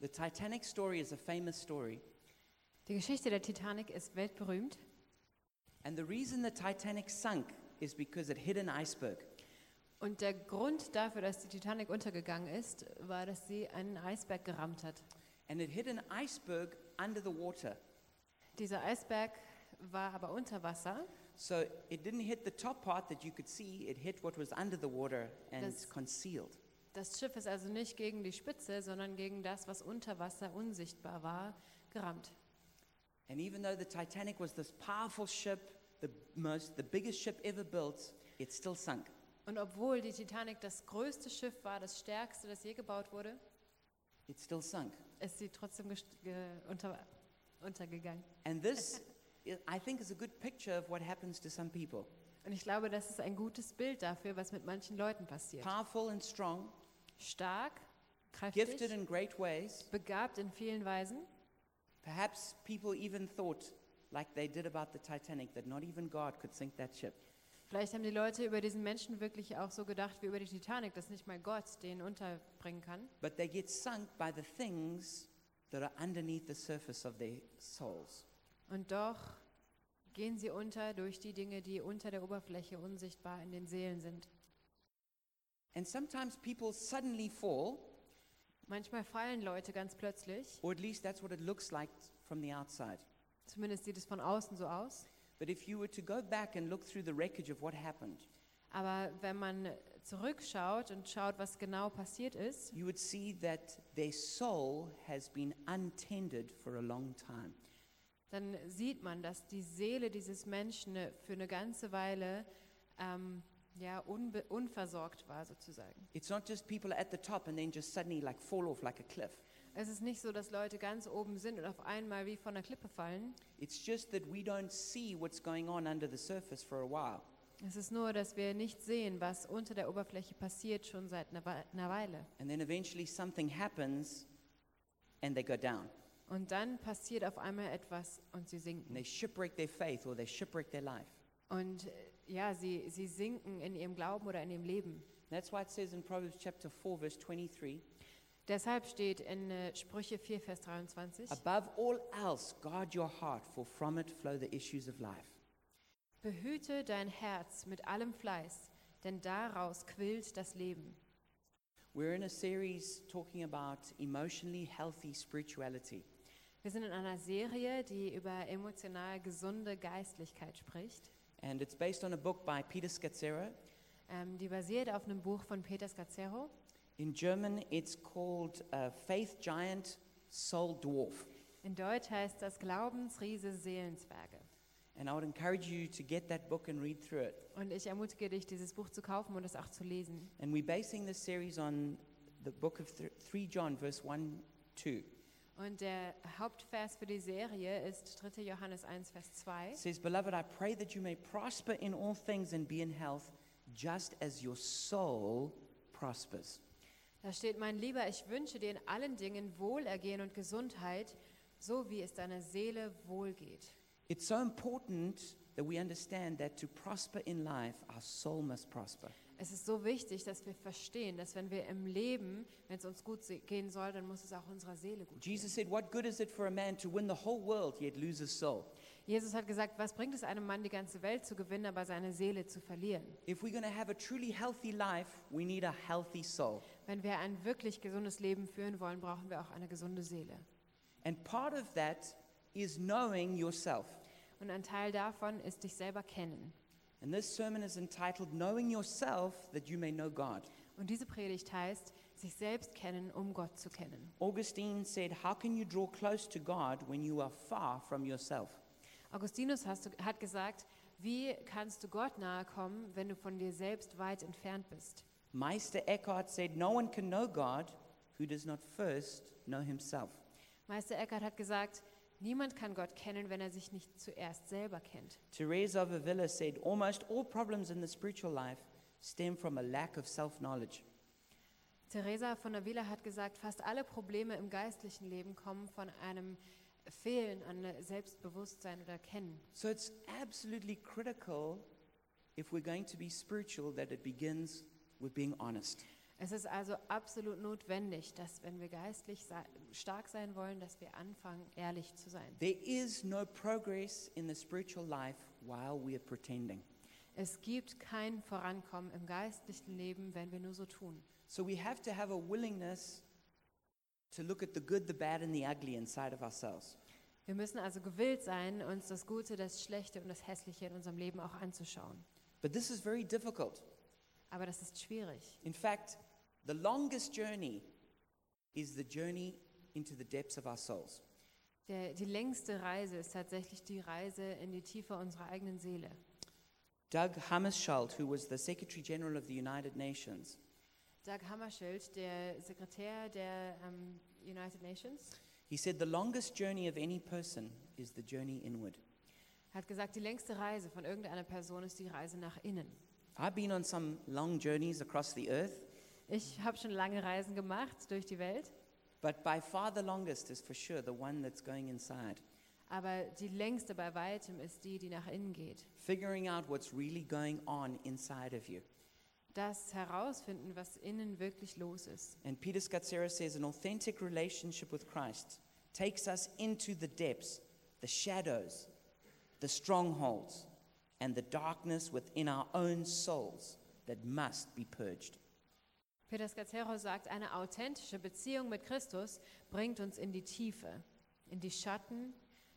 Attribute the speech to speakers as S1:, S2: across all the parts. S1: The Titanic story is a famous story,
S2: Die Geschichte der Titanic ist weltberühmt
S1: and the reason the Titanic sunk is because it hit an iceberg.
S2: und der Grund dafür, dass die Titanic untergegangen ist, war, dass sie einen Eisberg gerammt hat.
S1: And it hit an iceberg under the water.
S2: Dieser Eisberg war aber unter Wasser.
S1: So it didn't hit the top part that you could see, it hit what was under the water and
S2: That's-
S1: concealed.
S2: Das Schiff ist also nicht gegen die Spitze, sondern gegen das, was unter Wasser unsichtbar war, gerammt.
S1: And even though the Titanic was this powerful ship, the most the biggest ship ever built, it still sunk.
S2: Und obwohl die Titanic das größte Schiff war, das stärkste, das je gebaut wurde,
S1: It still sunk.
S2: ist sie trotzdem gest- ge unter untergegangen.
S1: And this i- I think is a good picture of what happens to some people.
S2: Und ich glaube, das ist ein gutes Bild dafür, was mit manchen Leuten passiert.
S1: Powerful and strong,
S2: Stark,
S1: gifted
S2: kräftig,
S1: in great ways.
S2: begabt in vielen Weisen.
S1: Perhaps people even thought like they did about the Titanic that not even God could sink that ship.
S2: Vielleicht haben die Leute über diesen Menschen wirklich auch so gedacht wie über die Titanic, dass nicht mal Gott den unterbringen kann.
S1: But they get sunk by the things that are underneath the surface of their souls.
S2: Und doch gehen sie unter durch die Dinge, die unter der Oberfläche unsichtbar in den Seelen sind.
S1: And sometimes people suddenly fall,
S2: Manchmal fallen Leute ganz plötzlich,
S1: or at least that's what it looks like from the outside.
S2: zumindest sieht es von außen so aus.
S1: But if you were to go back and look through the wreckage of what happened,
S2: Aber wenn man zurückschaut und schaut, was genau passiert ist,
S1: you would see that their soul has been untended for a long time.
S2: dann sieht man, dass die Seele dieses Menschen für eine ganze Weile ähm, ja, unbe- unversorgt war sozusagen.
S1: It's not just people at the top and then just suddenly like fall off like a cliff.
S2: Es ist nicht so, dass Leute ganz oben sind und auf einmal wie von der Klippe fallen.
S1: It's just that we don't see what's going on under the surface for a while.
S2: Es ist nur, dass wir nicht sehen, was unter der Oberfläche passiert, schon seit einer Wei- einer Weile.
S1: And then eventually something happens and they go down.
S2: Und dann passiert auf einmal etwas und sie
S1: And
S2: sinken.
S1: they shipwreck their faith or they shipwreck their life.
S2: Und äh, ja, sie, sie sinken in ihrem Glauben oder in ihrem Leben.
S1: That's why it says in Proverbs chapter 4, verse 23
S2: Deshalb steht in äh, Sprüche 4, Vers 23,
S1: Above all else, guard your heart, for from it flow the issues of life.
S2: Behüte dein Herz mit allem Fleiß, denn daraus quillt das Leben.
S1: We're in a series talking about emotionally healthy spirituality.
S2: Wir sind in einer Serie, die über emotional gesunde Geistlichkeit spricht.
S1: And it's based on a book by Peter Scazzero.
S2: Ähm, die basiert auf einem Buch von Peter Scazzero.
S1: In German, it's called uh, Faith Giant, Soul Dwarf.
S2: In Deutsch heißt das Glaubensriese Seelenzwerge.
S1: And I would encourage you to get that book and read through it.
S2: Und ich ermutige dich, dieses Buch zu kaufen und es auch zu lesen.
S1: And we're basing this series on the book of th- 3 John, verse 1 2.
S2: Und der Hauptvers für die Serie ist 3. Johannes 1, Vers 2.
S1: It says, Beloved, I pray that you may prosper in all things and be in health, just as your soul prospers.
S2: Da steht, mein Lieber, ich wünsche dir in allen Dingen Wohlergehen und Gesundheit, so wie es deiner Seele wohlgeht.
S1: It's so important that we understand that to prosper in life, our soul must prosper.
S2: Es ist so wichtig, dass wir verstehen, dass wenn wir im Leben, wenn es uns gut se- gehen soll, dann muss es auch unserer Seele gut gehen.
S1: Jesus said, What good is it for a man to win the whole world yet lose his soul?
S2: Jesus hat gesagt, was bringt es einem Mann, die ganze Welt zu gewinnen, aber seine Seele zu verlieren?
S1: If we're going to have a truly healthy life, we need a healthy soul.
S2: Wenn wir ein wirklich gesundes Leben führen wollen, brauchen wir auch eine gesunde Seele.
S1: And part of that is knowing yourself.
S2: Und ein Teil davon ist dich selber kennen.
S1: And this sermon is entitled Knowing Yourself That You May Know God.
S2: Und diese Predigt heißt, sich selbst kennen, um Gott zu kennen.
S1: Augustine said, How can you draw close to God when you are far from yourself?
S2: Augustinus hast, du- hat gesagt, wie kannst du Gott nahe kommen, wenn du von dir selbst weit entfernt bist?
S1: Meister Eckhart said, No one can know God who does not first know himself.
S2: Meister Eckhart hat gesagt, niemand kann Gott kennen, wenn er sich nicht zuerst selber kennt.
S1: Teresa of Avila said, Almost all problems in the spiritual life stem from a lack of self knowledge.
S2: Teresa von Avila hat gesagt, fast alle Probleme im geistlichen Leben kommen von einem Fehlen an Selbstbewusstsein oder Kennen.
S1: So it's absolutely critical if we're going to be spiritual that it begins with being honest.
S2: Es ist also absolut notwendig, dass wenn wir geistlich sei- stark sein wollen, dass wir anfangen, ehrlich zu sein.
S1: There is no progress in the spiritual life while we are pretending.
S2: Es gibt kein Vorankommen im geistlichen Leben, wenn wir nur so tun.
S1: So we have to have a willingness to look at the good, the bad, and the ugly inside of ourselves.
S2: Wir müssen also gewillt sein, uns das Gute, das Schlechte und das Hässliche in unserem Leben auch anzuschauen.
S1: But this is very difficult.
S2: Aber das ist schwierig.
S1: In fact, the longest journey is the journey into the depths of our souls.
S2: Der, die längste Reise ist tatsächlich die Reise in die Tiefe unserer eigenen Seele.
S1: Doug Hammarskjöld, who was the Secretary General of the United Nations,
S2: Doug Hammarskjöld, der Sekretär der ähm, United Nations,
S1: he said the longest journey of any person is the journey inward.
S2: hat gesagt, die längste Reise von irgendeiner Person ist die Reise nach innen.
S1: I've been on some long journeys across the earth,
S2: Ich habe schon lange Reisen gemacht durch die Welt,
S1: but by far the longest is for sure the one that's going inside,
S2: aber die längste bei weitem ist die, die nach innen geht.
S1: figuring out what's really going on inside of you.
S2: Das herausfinden, was innen wirklich los ist.
S1: And Peter Scazzera says an authentic relationship with Christ takes us into the depths, the shadows, the strongholds, and the darkness within our own souls that must be purged.
S2: Peter Scazzero sagt, eine authentische Beziehung mit Christus bringt uns in die Tiefe, in die Schatten,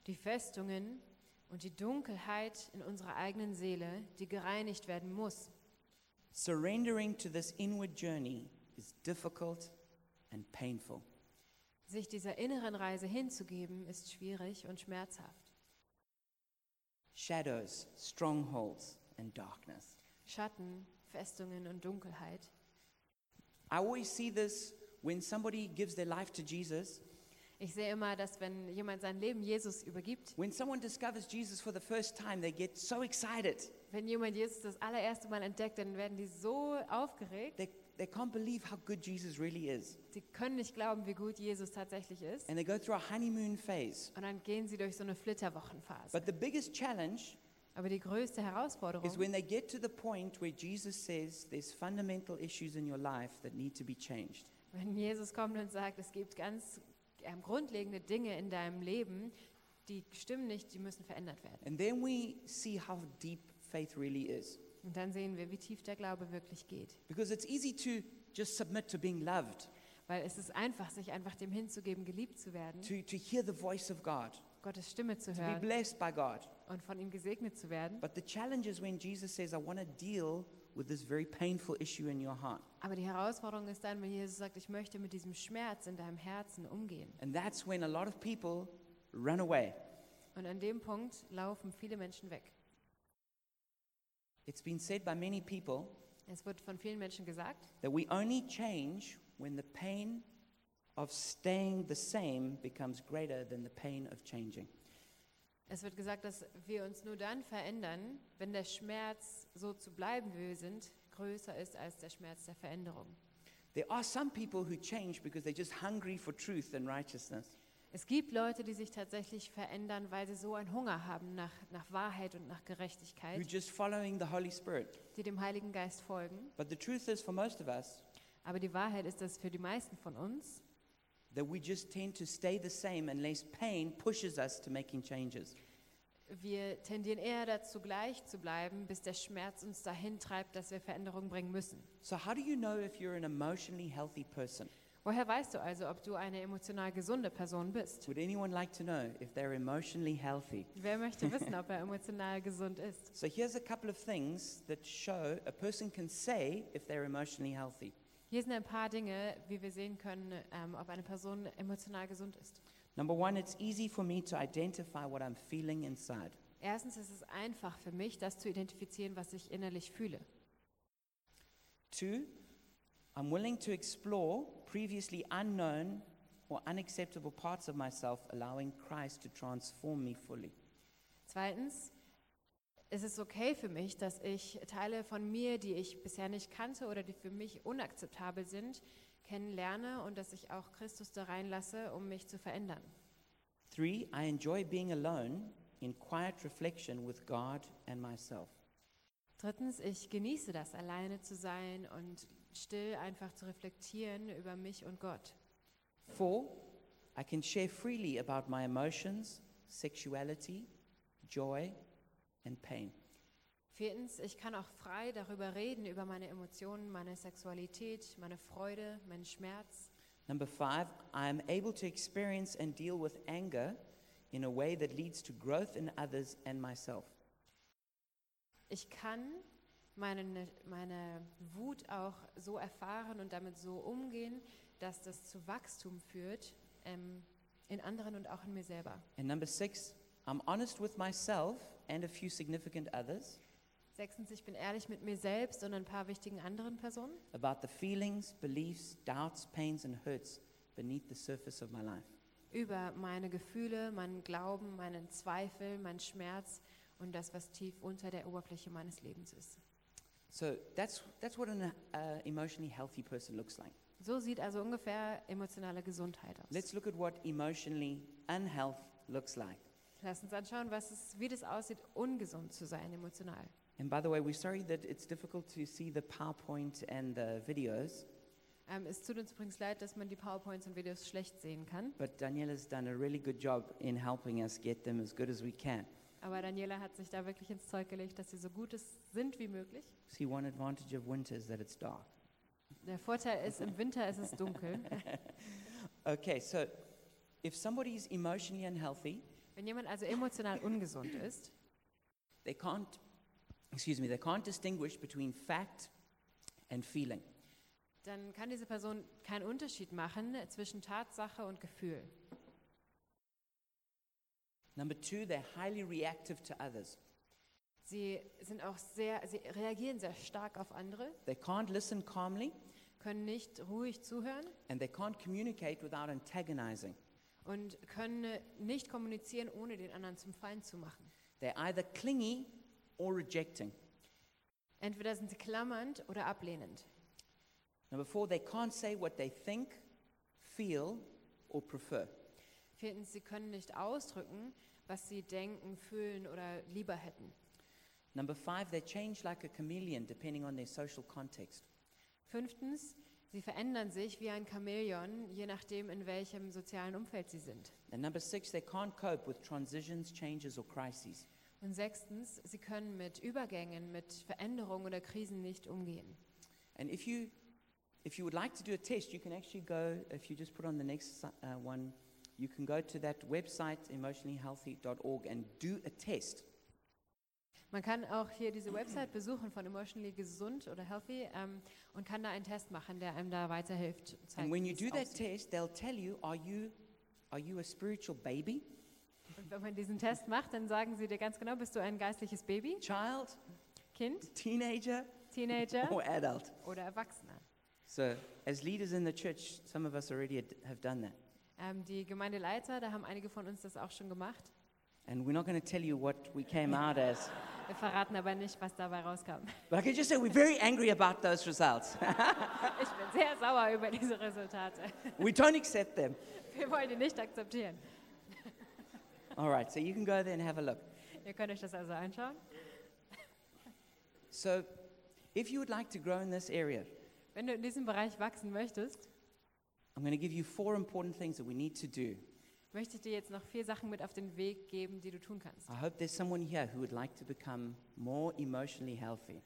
S2: die Festungen und die Dunkelheit in unserer eigenen Seele, die gereinigt werden muss.
S1: Surrendering to this inward journey is difficult and painful.
S2: Sich dieser inneren Reise hinzugeben, ist schwierig und schmerzhaft.
S1: Shadows, strongholds, and darkness.
S2: Schatten, Festungen und Dunkelheit.
S1: I always see this when somebody gives their life to Jesus,
S2: Ich sehe immer, dass wenn jemand sein Leben Jesus übergibt,
S1: when someone discovers Jesus for the first time, they get so excited.
S2: wenn jemand Jesus das allererste Mal entdeckt, dann werden die so aufgeregt,
S1: They, they can't believe how good Jesus really is.
S2: sie können nicht glauben, wie gut Jesus tatsächlich ist.
S1: And they go through a honeymoon phase.
S2: Und dann gehen sie durch so eine Flitterwochenphase.
S1: But the biggest challenge
S2: Aber die größte
S1: is
S2: Herausforderung
S1: when they get to the point where Jesus says there's fundamental issues in your life that need to be changed.
S2: Wenn Jesus kommt und sagt, es gibt ganz ähm, grundlegende Dinge in deinem Leben, die stimmen nicht, die müssen verändert werden.
S1: And then we see how deep faith really is.
S2: Und dann sehen wir, wie tief der Glaube wirklich geht.
S1: Because it's easy to just submit to being loved,
S2: Weil es ist einfach, sich einfach dem hinzugeben, geliebt zu werden,
S1: to, to hear the voice of God,
S2: Gottes Stimme zu
S1: to be
S2: hören
S1: blessed by God.
S2: und von ihm gesegnet zu werden.
S1: But the challenge is when Jesus says, I want to deal with this very painful issue in your heart.
S2: Aber die Herausforderung ist dann, wenn Jesus sagt, ich möchte mit diesem Schmerz in deinem Herzen umgehen.
S1: And that's when a lot of people run away.
S2: Und an dem Punkt laufen viele Menschen weg.
S1: It's been said by many people
S2: Es wird von vielen Menschen gesagt,
S1: that we only change when the pain of staying the same becomes greater than the pain of changing.
S2: Es wird gesagt, dass wir uns nur dann verändern, wenn der Schmerz, so zu bleiben, wie wir sind, größer ist als der Schmerz der Veränderung.
S1: There are some people who change because they're just hungry for truth and righteousness.
S2: Es gibt Leute, die sich tatsächlich verändern, weil sie so einen Hunger haben nach, nach Wahrheit und nach
S1: Who
S2: Gerechtigkeit,
S1: just following the Holy Spirit.
S2: die dem Heiligen Geist folgen.
S1: But the truth is, for most of us,
S2: Aber die Wahrheit ist, dass für die meisten von uns,
S1: that we just tend to stay the same unless pain pushes us to making changes.
S2: wir tendieren eher dazu, gleich zu bleiben, bis der Schmerz uns dahin treibt, dass wir Veränderungen bringen müssen.
S1: So, how do you know if you're an emotionally healthy person?
S2: Woher weißt du also, ob du eine emotional gesunde Person bist?
S1: Would anyone like to know if they're emotionally healthy?
S2: Wer möchte wissen, ob er emotional gesund ist?
S1: So, here's a couple of things that show a person can say if they're emotionally healthy.
S2: Hier sind ein paar Dinge, wie wir sehen können, ähm, ob eine Person emotional gesund ist.
S1: Number one, it's easy for me to identify what I'm feeling inside.
S2: Erstens ist es einfach für mich, das zu identifizieren, was ich innerlich fühle.
S1: Two, I'm willing to explore previously unknown or unacceptable parts of myself, allowing Christ to transform me fully.
S2: Zweitens ist es okay für mich, dass ich Teile von mir, die ich bisher nicht kannte oder die für mich unakzeptabel sind, kennenlerne und dass ich auch Christus da reinlasse, um mich zu verändern.
S1: Three, I enjoy being alone in quiet reflection with God and myself.
S2: Drittens, ich genieße das, alleine zu sein und still einfach zu reflektieren über mich und Gott.
S1: Four, I can share freely about my emotions, sexuality, joy, and pain.
S2: Viertens, ich kann auch frei darüber reden, über meine Emotionen, meine Sexualität, meine Freude, meinen Schmerz.
S1: Number five, I am able to experience and deal with anger in a way that leads to growth in others and myself.
S2: Ich kann meine, ne, meine Wut auch so erfahren und damit so umgehen, dass das zu Wachstum führt ähm, in anderen und auch in mir selber.
S1: And number six, I'm honest with myself and a few significant others
S2: Sechstens, ich bin ehrlich mit mir selbst und ein paar wichtigen anderen Personen
S1: about the feelings, beliefs, doubts, pains, and hurts beneath the surface of my life.
S2: über meine Gefühle, meinen Glauben, meinen Zweifel, meinen Schmerz und das, was tief unter der Oberfläche meines Lebens ist.
S1: So that's, that's what an uh, emotionally healthy person looks like.
S2: So sieht also ungefähr emotionale Gesundheit aus.
S1: Let's look at what emotionally unhealth looks like.
S2: Lass uns anschauen, was es, wie das aussieht, ungesund zu sein emotional.
S1: And by the way, we're sorry that it's difficult to see the PowerPoint and the videos,
S2: Ähm, es tut uns übrigens leid, dass man die PowerPoints und Videos schlecht sehen kann,
S1: but Daniela's done a really good job in helping us get them as good as we can.
S2: aber Daniela hat sich da wirklich ins Zeug gelegt, dass sie so gut es sind wie möglich.
S1: See, one advantage of winter is that it's dark.
S2: Der Vorteil ist, im Winter ist es dunkel.
S1: Okay, so if somebody is emotionally unhealthy,
S2: Wenn jemand also emotional ungesund ist,
S1: they can't, excuse me, they can't distinguish between fact and feeling.
S2: dann kann diese Person keinen Unterschied machen zwischen Tatsache und Gefühl.
S1: Number two, they're highly reactive to others.
S2: Sie sind auch sehr, sie reagieren sehr stark auf andere,
S1: They can't listen calmly
S2: können nicht ruhig zuhören
S1: and they can't communicate without antagonizing.
S2: und können nicht kommunizieren, ohne den anderen zum Feind zu machen.
S1: They're either clingy or rejecting.
S2: Entweder sind sie klammernd oder ablehnend.
S1: Number four, they can't say what they think, feel, or prefer.
S2: Viertens, sie können nicht ausdrücken, was sie denken, fühlen oder lieber hätten.
S1: Number five, they change like a chameleon depending on their social context.
S2: Fünftens, sie verändern sich wie ein Chamäleon, je nachdem, in welchem sozialen Umfeld sie sind.
S1: And number six, they can't cope with transitions, changes, or crises.
S2: Und sechstens, sie können mit Übergängen, mit Veränderungen oder Krisen nicht umgehen.
S1: And if you, if you would like to do a test, you can actually go, if you just put on the next si- uh, one, you can go to that website, emotionallyhealthy.org, and do a test.
S2: Man kann auch hier diese Website besuchen von Emotionally Gesund oder Healthy ähm, und kann da einen Test machen, der einem da weiterhilft. Zeigt,
S1: and when
S2: wie
S1: you
S2: es
S1: do that
S2: aussieht.
S1: test, they'll tell you, are you, are you a spiritual baby,
S2: und wenn man diesen Test macht, dann sagen sie dir ganz genau, bist du ein geistliches Baby,
S1: child,
S2: Kind,
S1: teenager,
S2: Teenager
S1: or adult?
S2: oder Erwachsener.
S1: So, as leaders in the church, some of us already had, have done that.
S2: Ähm, die Gemeindeleiter, da haben einige von uns das auch schon gemacht.
S1: And we're not going to tell you what we came out as.
S2: Wir verraten aber nicht, was dabei rauskam.
S1: But I can just say we're very angry about those results.
S2: Ich bin sehr sauer über diese Resultate.
S1: we don't accept them.
S2: Wir wollen die nicht akzeptieren.
S1: All right, so you can go there and have a look.
S2: Ihr könnt euch das also anschauen.
S1: So, if you would like to grow in this area,
S2: Wenn du in diesem Bereich wachsen möchtest,
S1: I'm going to give you four important things that we need to do.
S2: möchte ich dir jetzt noch vier Sachen mit auf den Weg geben, die du tun kannst.
S1: I hope there's someone here who would like to become more emotionally healthy.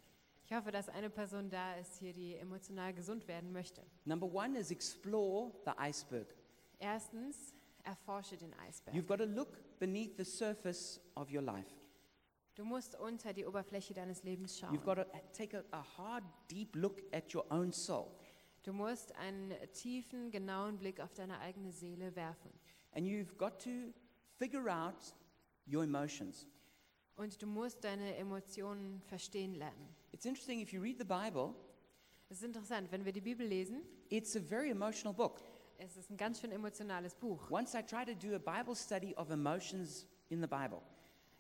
S2: Ich hoffe, dass eine Person da ist hier, die emotional gesund werden möchte.
S1: Number one is explore the iceberg.
S2: Erstens, erforsche den Eisberg.
S1: You've got to look beneath the surface of your life.
S2: Du musst unter die Oberfläche deines Lebens
S1: You've got
S2: schauen.
S1: to take a, a hard, deep look at your own soul.
S2: Du musst einen tiefen, genauen Blick auf deine eigene Seele werfen.
S1: And you've got to figure out your emotions.
S2: Und du musst deine Emotionen verstehen lernen.
S1: It's interesting if you read the Bible,
S2: Es ist interessant, wenn wir die Bibel lesen,
S1: it's a very emotional book.
S2: es ist ein ganz schön emotionales Buch.
S1: Once I tried to do a Bible study of emotions in the Bible.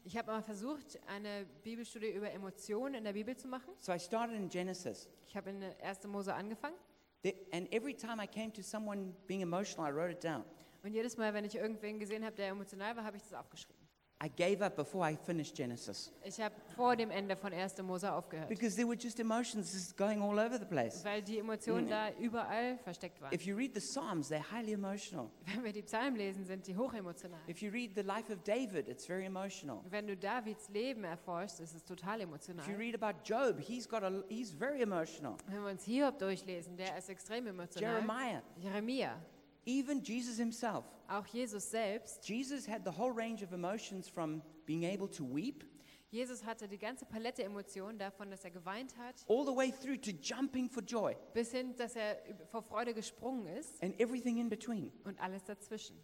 S2: Ich habe mal versucht, eine Bibelstudie über Emotionen in der Bibel zu machen.
S1: So I started in Genesis.
S2: Ich habe in 1. Mose angefangen.
S1: The- And every time I came to someone being emotional, I wrote it down.
S2: Und jedes Mal, wenn ich irgendwen gesehen habe, der emotional war, habe ich das aufgeschrieben.
S1: I gave up before I finished Genesis
S2: Ich habe vor dem Ende von 1. Mose aufgehört,
S1: because there were just emotions just going all over the place.
S2: weil die Emotionen da überall versteckt waren.
S1: Mm. If you read the Psalms, they're highly emotional.
S2: Wenn wir die Psalmen lesen, sind die hochemotional.
S1: If you read the life of David, it's very emotional.
S2: Wenn du Davids Leben erforschst, ist es total emotional.
S1: If you read about Job, he's got a he's very emotional.
S2: Wenn wir uns Hiob durchlesen, der ist extrem emotional.
S1: Jeremiah,
S2: Jeremia,
S1: even Jesus himself.
S2: auch Jesus selbst.
S1: Jesus had the whole range of emotions from being able to weep
S2: Jesus hatte die ganze Palette Emotionen davon, dass er geweint hat,
S1: all the way through to jumping for joy
S2: bis hin, dass er üb- vor Freude gesprungen ist
S1: and everything in between.
S2: und alles dazwischen.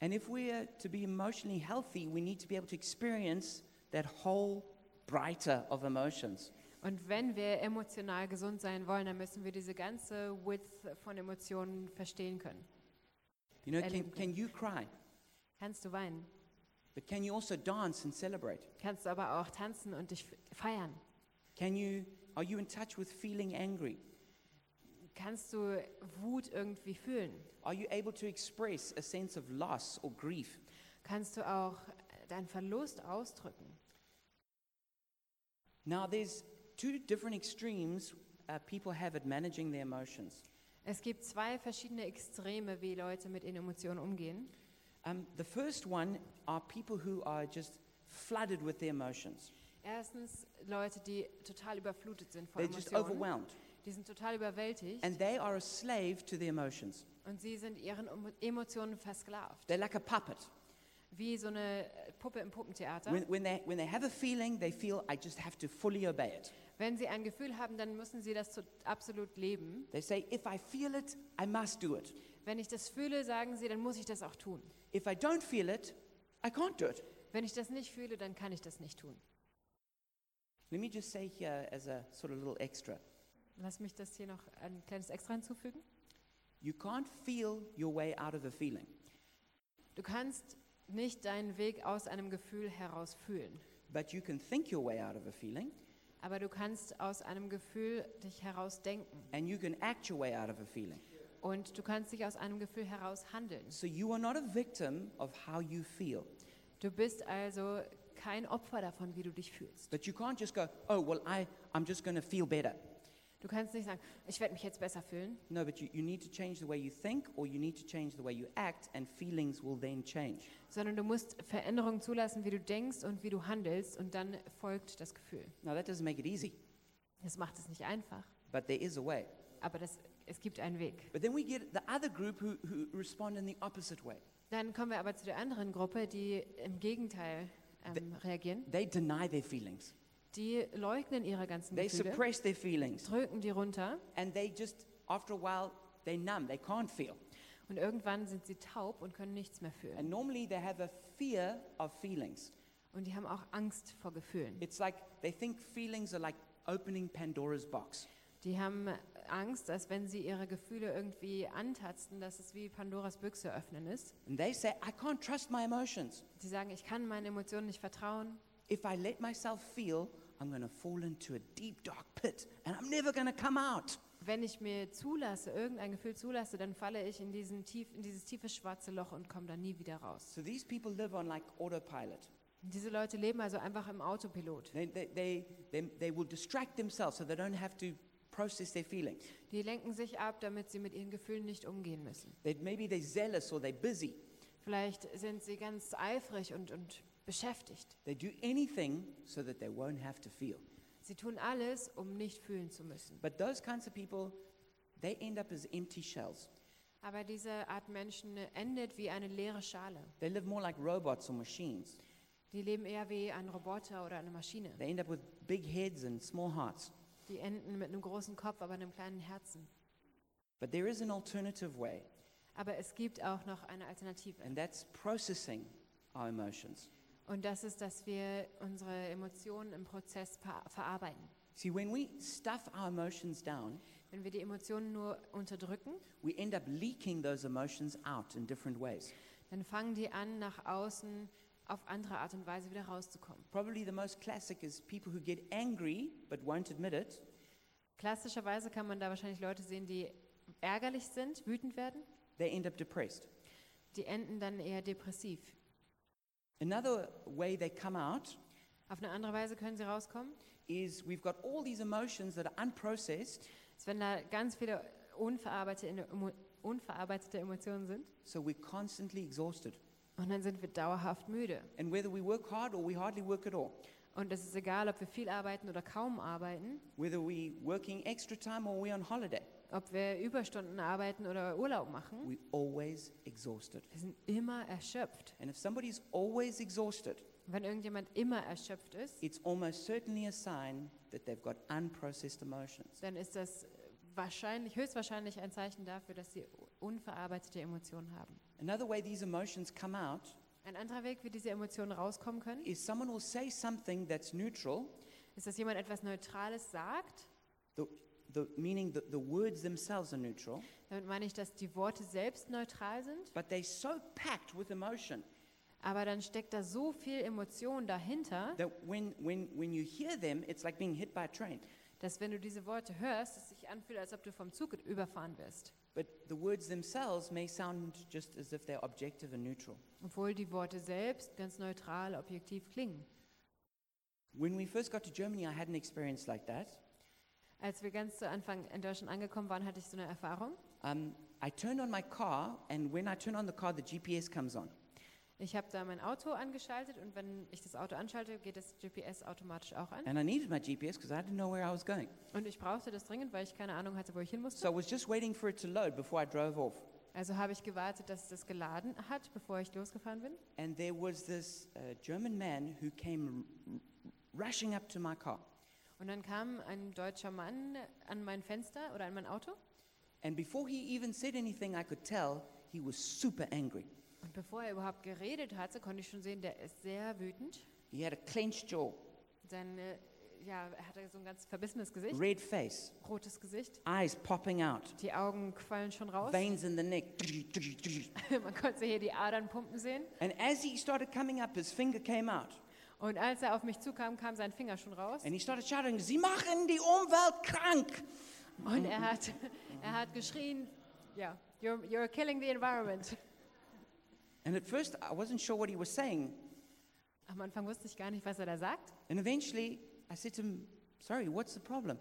S1: And if we're to be emotionally healthy, we need to be able to experience that whole brighter of emotions.
S2: Und wenn wir emotional gesund sein wollen, dann müssen wir diese ganze Width von Emotionen verstehen können.
S1: You know, can,
S2: Erleben
S1: can you cry?
S2: Kannst du weinen,
S1: But can you also dance and celebrate?
S2: kannst du aber auch tanzen und dich f- feiern.
S1: Can you are you in touch with feeling angry?
S2: Kannst du Wut irgendwie fühlen?
S1: Are you able to express a sense of loss or grief?
S2: Kannst du auch deinen Verlust ausdrücken?
S1: Now there's two different extremes uh, people have at managing their emotions.
S2: Es gibt zwei verschiedene Extreme, wie Leute mit ihren Emotionen umgehen.
S1: Um, the first one are people who are just flooded with their emotions.
S2: Erstens Leute, die total überflutet sind von
S1: They're just
S2: Emotionen.
S1: overwhelmed,
S2: Die sind total überwältigt
S1: and they are a slave to their emotions.
S2: und sie sind ihren Emo- Emotionen versklavt.
S1: They're like a puppet.
S2: Wie so eine äh, Puppe im Puppentheater.
S1: When, when, they, when they have a feeling, they feel I just have to fully obey it.
S2: Wenn sie ein Gefühl haben, dann müssen sie das zu- absolut leben.
S1: They say, if I feel it, I must do it.
S2: Wenn ich das fühle, sagen sie, dann muss ich das auch tun.
S1: If I don't feel it, I can't do it.
S2: Wenn ich das nicht fühle, dann kann ich das nicht tun.
S1: Let me just say here, as a sort of little extra,
S2: Lass mich das hier noch ein kleines Extra hinzufügen.
S1: you can't feel your way out of a feeling,
S2: Du kannst nicht deinen Weg aus einem Gefühl heraus fühlen,
S1: but you can think your way out of a feeling,
S2: aber du kannst aus einem Gefühl dich herausdenken
S1: and you can act your way out of a feeling.
S2: und du kannst dich aus einem Gefühl heraus handeln.
S1: So you are not a victim of how you feel,
S2: Du bist also kein Opfer davon, wie du dich fühlst.
S1: but you can't just go, oh, well, I, I'm just going to feel better.
S2: Du kannst nicht sagen, ich werde mich jetzt besser fühlen,
S1: No, but you, you need to change the way you think or you need to change the way you act, and feelings will then change.
S2: sondern du musst Veränderungen zulassen, wie du denkst und wie du handelst und dann folgt das Gefühl.
S1: Now, that doesn't make it easy,
S2: Das macht es nicht einfach,
S1: but there is a way.
S2: aber das, es gibt einen Weg.
S1: But then we get the other group who, who respond in the opposite way.
S2: Dann kommen wir aber zu der anderen Gruppe, die im Gegenteil ähm, reagieren.
S1: They deny their feelings,
S2: Die leugnen ihre ganzen
S1: they
S2: Gefühle,
S1: suppress their feelings,
S2: drücken die runter
S1: and they just, after a while, they numb, they can't feel.
S2: und irgendwann sind sie taub und können nichts mehr fühlen.
S1: And normally they have a fear of feelings.
S2: Und die haben auch Angst vor Gefühlen.
S1: It's like they think feelings are like opening Pandora's box.
S2: Die haben Angst, dass wenn sie ihre Gefühle irgendwie antasten, dass es wie Pandoras Büchse öffnen ist.
S1: And they say, I can't trust my emotions.
S2: Sie sagen, ich kann meinen Emotionen nicht vertrauen.
S1: If I let myself feel, I'm going to fall into a deep, dark pit and I'm never going to come out.
S2: Wenn ich mir zulasse, irgendein Gefühl zulasse, dann falle ich in, diesen tief, in dieses tiefe schwarze Loch und komme da nie wieder raus.
S1: So these people live on like autopilot.
S2: Und diese Leute leben also einfach im Autopilot.
S1: They, they, they, they, they will distract themselves so they don't have to process their feelings.
S2: Die lenken sich ab, damit sie mit ihren Gefühlen nicht umgehen müssen.
S1: They, maybe they're zealous or they're busy.
S2: Vielleicht sind sie ganz eifrig und, und beschäftigt.
S1: They do anything so that they won't have to feel.
S2: Sie tun alles, um nicht fühlen zu müssen.
S1: But those kinds of people, they end up as empty shells.
S2: Aber diese Art Menschen endet wie eine leere Schale.
S1: They live more like robots or machines.
S2: Die leben eher wie ein Roboter oder eine Maschine.
S1: They end up with big heads and small hearts.
S2: Die enden mit einem großen Kopf, aber einem kleinen Herzen.
S1: But there is an alternative way,
S2: Aber es gibt auch noch eine Alternative.
S1: and that's processing our emotions.
S2: Und das ist, dass wir unsere Emotionen im Prozess ver verarbeiten.
S1: See, when we stuff our emotions down,
S2: Wenn wir die Emotionen nur unterdrücken,
S1: we end up leaking those emotions out in different ways.
S2: dann fangen die an, nach außen auf andere Art und Weise wieder rauszukommen.
S1: Probably the most classic is people who get angry but won't admit it,
S2: Klassischerweise kann man da wahrscheinlich Leute sehen, die ärgerlich sind, wütend werden.
S1: they end up depressed.
S2: Die enden dann eher depressiv.
S1: Another way they come out
S2: Auf eine andere Weise können sie rauskommen,
S1: is we've got all these emotions that are unprocessed,
S2: als wenn da ganz viele unverarbeitete, Emo- unverarbeitete Emotionen sind.
S1: so we're constantly exhausted.
S2: Und dann sind wir dauerhaft müde.
S1: And whether we work hard or we hardly work at all,
S2: Und es ist egal, ob wir viel arbeiten oder kaum arbeiten,
S1: whether we're working extra time or we're on holiday,
S2: ob wir Überstunden arbeiten oder Urlaub machen.
S1: we're always exhausted.
S2: Wir sind immer erschöpft.
S1: And if somebody's always exhausted,
S2: Wenn irgendjemand immer erschöpft ist,
S1: it's almost certainly a sign that they've got unprocessed emotions.
S2: dann ist das wahrscheinlich, höchstwahrscheinlich ein Zeichen dafür, dass sie unverarbeitete Emotionen haben.
S1: Another way these emotions come out
S2: Ein anderer Weg, wie diese Emotionen rauskommen können,
S1: is someone will say something that's neutral,
S2: ist, dass jemand etwas Neutrales sagt.
S1: the, the, meaning that the words themselves are neutral,
S2: Damit meine ich, dass die Worte selbst neutral sind,
S1: but they're so packed with emotion
S2: aber dann steckt da so viel Emotion dahinter,
S1: that when, when, when you hear them, it's like being hit by a train.
S2: dass wenn du diese Worte hörst, es sich anfühlt, als ob du vom Zug überfahren wirst,
S1: But the words themselves may sound just as if they're objective and neutral.
S2: obwohl die Worte selbst ganz neutral, objektiv klingen.
S1: When we first got to Germany, I had an experience like that.
S2: Als wir ganz zu Anfang in Deutschland angekommen waren, hatte ich so eine Erfahrung.
S1: Um, I turned on my car, and when I turn on the car, the GPS comes on.
S2: Ich habe da mein Auto angeschaltet und wenn ich das Auto anschalte, geht das GPS automatisch auch an.
S1: And I needed my GPS because I didn't know where I was going.
S2: Und ich brauchte das dringend, weil ich keine Ahnung hatte, wo ich hin
S1: So
S2: musste.
S1: I was just waiting for it to load before I drove off.
S2: Also habe ich gewartet, dass es das geladen hat, bevor ich losgefahren bin.
S1: And there was this uh, German man who came r- r- rushing up to my car.
S2: Und dann kam ein deutscher Mann an mein Fenster oder an mein Auto.
S1: And before he even said anything, I could tell he was super angry.
S2: Und bevor er überhaupt geredet hatte, konnte ich schon sehen, der ist sehr wütend.
S1: He had a clenched jaw,
S2: Seine, ja, er hatte so ein ganz verbissenes Gesicht,
S1: red face,
S2: rotes Gesicht.
S1: eyes popping out,
S2: Die Augen quollen schon raus.
S1: veins in the neck.
S2: Man konnte hier die Adern pumpen sehen.
S1: And as he started coming up, his finger came out.
S2: Und als er auf mich zukam, kam sein Finger schon raus.
S1: And he started shouting, Sie machen die Umwelt krank.
S2: Und er hat, er hat geschrien, ja, you're, you're killing the environment.
S1: And at first, I wasn't sure what he was saying.
S2: Am Anfang wusste ich gar nicht, was er da sagt.
S1: And eventually, I said to him, Sorry, what's the problem?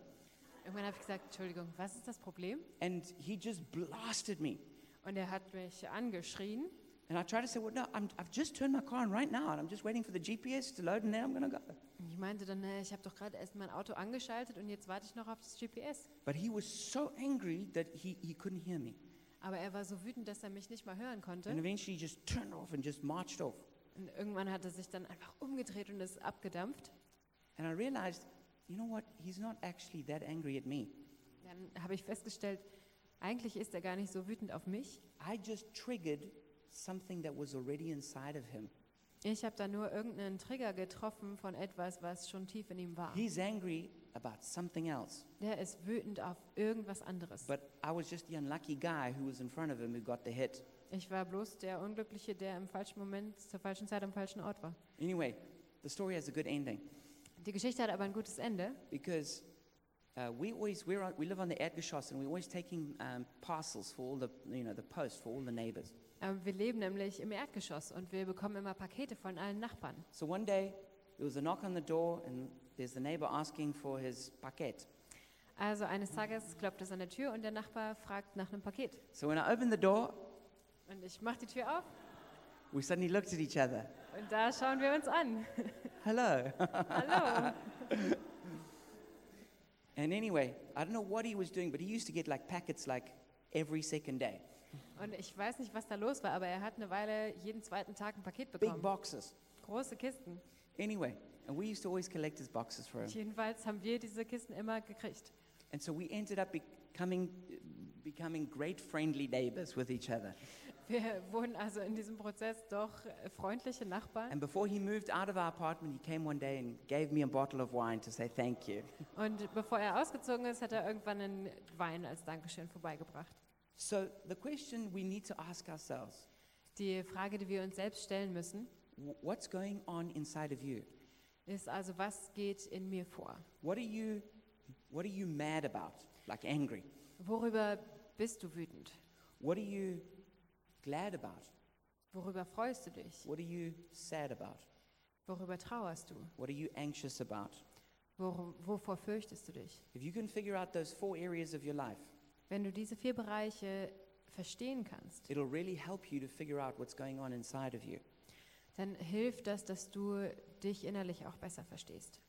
S2: Irgendwann habe ich gesagt, Entschuldigung, was ist das Problem?
S1: And he just blasted me.
S2: Und er hat mich angeschrien.
S1: And I tried to say, Well, no, I'm, I've just turned my car on right now, and I'm just waiting for the GPS to load, and then I'm going to go.
S2: Und Ich meinte dann, "Äh, ich habe doch gerade erst mein Auto angeschaltet und jetzt warte ich noch auf das GPS.
S1: But he was so angry that he, he couldn't hear me.
S2: Aber er war so wütend, dass er mich nicht mal hören
S1: And
S2: konnte.
S1: eventually, he just turned off and just marched off.
S2: Und irgendwann hat er sich dann einfach umgedreht und ist abgedampft.
S1: And I realized, you know what? He's not actually that angry at me.
S2: Dann habe ich festgestellt, eigentlich ist er gar nicht so wütend auf mich.
S1: I just triggered something that was already inside of him.
S2: Ich habe da nur irgendeinen Trigger getroffen von etwas, was schon tief in ihm war.
S1: He's angry about something else.
S2: Der ist wütend auf irgendwas anderes.
S1: But I was just the unlucky guy who was in front of him who got the hit.
S2: Ich war bloß der Unglückliche, der im falschen Moment, zur falschen Zeit am falschen Ort war.
S1: Anyway, the story has a good ending
S2: Die Geschichte hat aber ein gutes Ende,
S1: because uh, we always we're on, we live on the Erdgeschoss and we're always taking um, parcels for all the you know the post for all the neighbors.
S2: Ähm, Wir leben nämlich im Erdgeschoss und wir bekommen immer Pakete von allen Nachbarn.
S1: So one day there was a knock on the door and there's the neighbor asking for his paquet.
S2: Also eines Tages klopft es an der Tür und der Nachbar fragt nach einem Paket.
S1: So when I opened the door,
S2: Und ich mache die Tür auf
S1: we suddenly looked at each other.
S2: und da schauen wir uns an.
S1: Hello.
S2: Hallo.
S1: And anyway, I don't know what he was doing, but he used to get like packets like every second day,
S2: Und ich weiß nicht, was da los war, aber er hat eine Weile jeden zweiten Tag ein Paket
S1: big
S2: bekommen.
S1: boxes.
S2: Große Kisten.
S1: Anyway, and we used to always collect his boxes for him.
S2: Jedenfalls haben wir diese Kisten immer gekriegt.
S1: And so we ended up becoming, becoming great friendly neighbors with each other.
S2: Wir wurden also in diesem Prozess doch äh, freundliche Nachbarn.
S1: And before he moved out of our apartment, he came one day and gave me a bottle of wine to say thank you.
S2: Und bevor er ausgezogen ist, hat er irgendwann einen Wein als Dankeschön vorbeigebracht.
S1: So the question we need to ask ourselves
S2: Die Frage, die wir uns selbst stellen müssen,
S1: wh- what's going on inside of you?
S2: ist also, was geht in mir vor?
S1: What are you, what are you mad about? Like angry.
S2: Worüber bist du wütend?
S1: What are you glad about?
S2: Worüber freust du dich?
S1: What are you sad about?
S2: Worüber trauerst du?
S1: What are you anxious about?
S2: Wor wovor fürchtest du dich?
S1: If you can figure out those four areas of your life,
S2: Wenn du diese vier Bereiche verstehen kannst,
S1: it'll really help you to figure out what's going on inside of you.
S2: dann hilft das, dass du dich innerlich auch besser verstehst.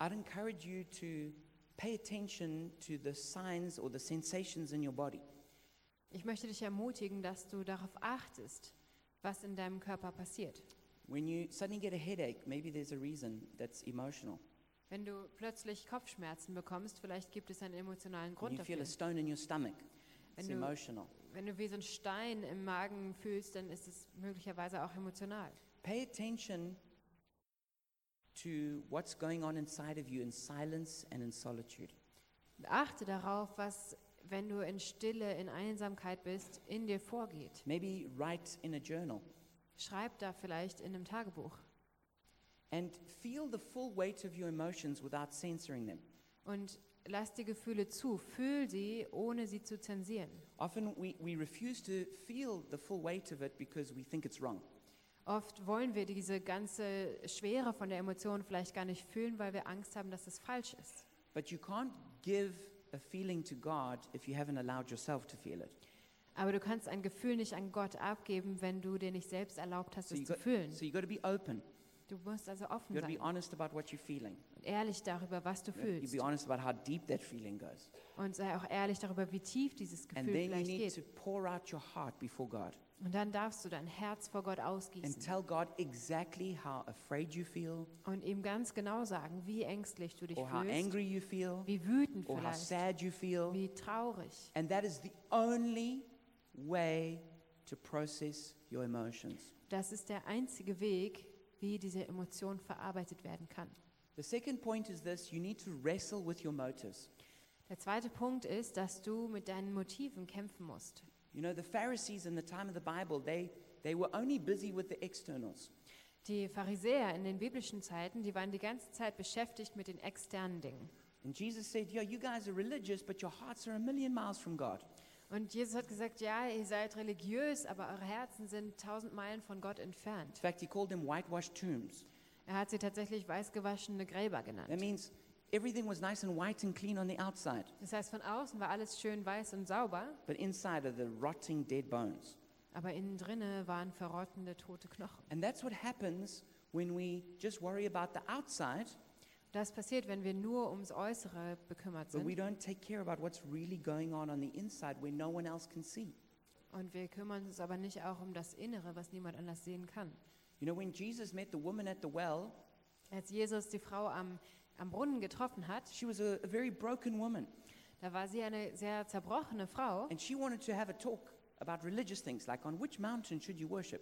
S1: I'd encourage you to pay attention to the signs or the sensations in your body.
S2: Ich möchte dich ermutigen, dass du darauf achtest, was in deinem Körper passiert.
S1: When you suddenly get a headache, maybe there's a reason that's emotional.
S2: Wenn du plötzlich Kopfschmerzen bekommst, vielleicht gibt es einen emotionalen
S1: When
S2: Grund
S1: you feel
S2: dafür.
S1: a stone in your stomach, it's
S2: Wenn du-
S1: emotional.
S2: Wenn du wie so einen Stein im Magen fühlst, dann ist es möglicherweise auch emotional.
S1: Pay attention to what's going on inside of you in silence and in solitude.
S2: Achte darauf, was, wenn du in Stille, in Einsamkeit bist, in dir vorgeht.
S1: Maybe write in a journal
S2: Schreib da vielleicht in einem Tagebuch
S1: and feel the full weight of your emotions without censoring them.
S2: und lass die Gefühle zu. Fühl sie, ohne sie zu zensieren.
S1: Often we, we refuse to feel the full weight of it because we think it's wrong.
S2: Oft wollen wir diese ganze Schwere von der Emotion vielleicht gar nicht fühlen, weil wir Angst haben, dass es falsch ist.
S1: But you can't give a feeling to God if you haven't allowed yourself to feel it.
S2: Aber du kannst ein Gefühl nicht an Gott abgeben, wenn du dir nicht selbst erlaubt hast,
S1: So you
S2: es zu
S1: got,
S2: fühlen.
S1: so you got to be open.
S2: Du musst also offen
S1: You got to
S2: sein
S1: be honest about what you're feeling. Uh,
S2: und ehrlich darüber, was du
S1: You
S2: fühlst.
S1: be honest about how deep that feeling goes.
S2: Und sei auch ehrlich darüber, wie tief dieses
S1: And
S2: Gefühl
S1: then you
S2: vielleicht
S1: need to
S2: geht.
S1: pour out your heart before God
S2: Und dann darfst du dein Herz vor Gott
S1: and
S2: ausgießen
S1: tell God exactly how afraid you feel,
S2: und ihm ganz genau sagen, wie ängstlich du dich
S1: or how
S2: fühlst,
S1: angry you feel,
S2: wie wütend
S1: or how
S2: vielleicht,
S1: sad you feel.
S2: wie traurig.
S1: And that is the only way to process your emotions.
S2: Das ist der einzige Weg, wie diese Emotion verarbeitet werden kann.
S1: The second point is this you need to wrestle with your motives.
S2: Der zweite Punkt ist, dass du mit deinen Motiven kämpfen musst.
S1: You know, the Pharisees in the time of the Bible, they, they were only busy with the externals.
S2: Die Pharisäer in den biblischen Zeiten, die waren die ganze Zeit beschäftigt mit den externen Dingen.
S1: And Jesus said, Yeah, you guys are religious, but your hearts are a million miles from God.
S2: Und Jesus hat gesagt, ja, ihr seid religiös, aber eure Herzen sind tausend Meilen von Gott
S1: In
S2: entfernt.
S1: fact, he called them whitewashed tombs.
S2: Er hat sie tatsächlich weißgewaschene Gräber
S1: That
S2: genannt.
S1: means everything was nice and white and clean on the outside,
S2: Das heißt, von außen war alles schön weiß und sauber,
S1: but inside are the rotting dead bones.
S2: aber innen drinne waren verrottende, tote Knochen.
S1: And that's what happens when we just worry about the outside,
S2: Das passiert, wenn wir nur ums Äußere bekümmert
S1: but we
S2: sind
S1: don't take care about what's really going on on the inside where no one else can see.
S2: und wir kümmern uns aber nicht auch um das Innere, was niemand anders sehen kann.
S1: You know, when Jesus met the woman at the well,
S2: Als Jesus die Frau am, am Brunnen getroffen hat,
S1: she was a, a very broken woman,
S2: da war sie eine sehr zerbrochene Frau
S1: and she wanted to have a talk about religious things, like on which mountain should you worship?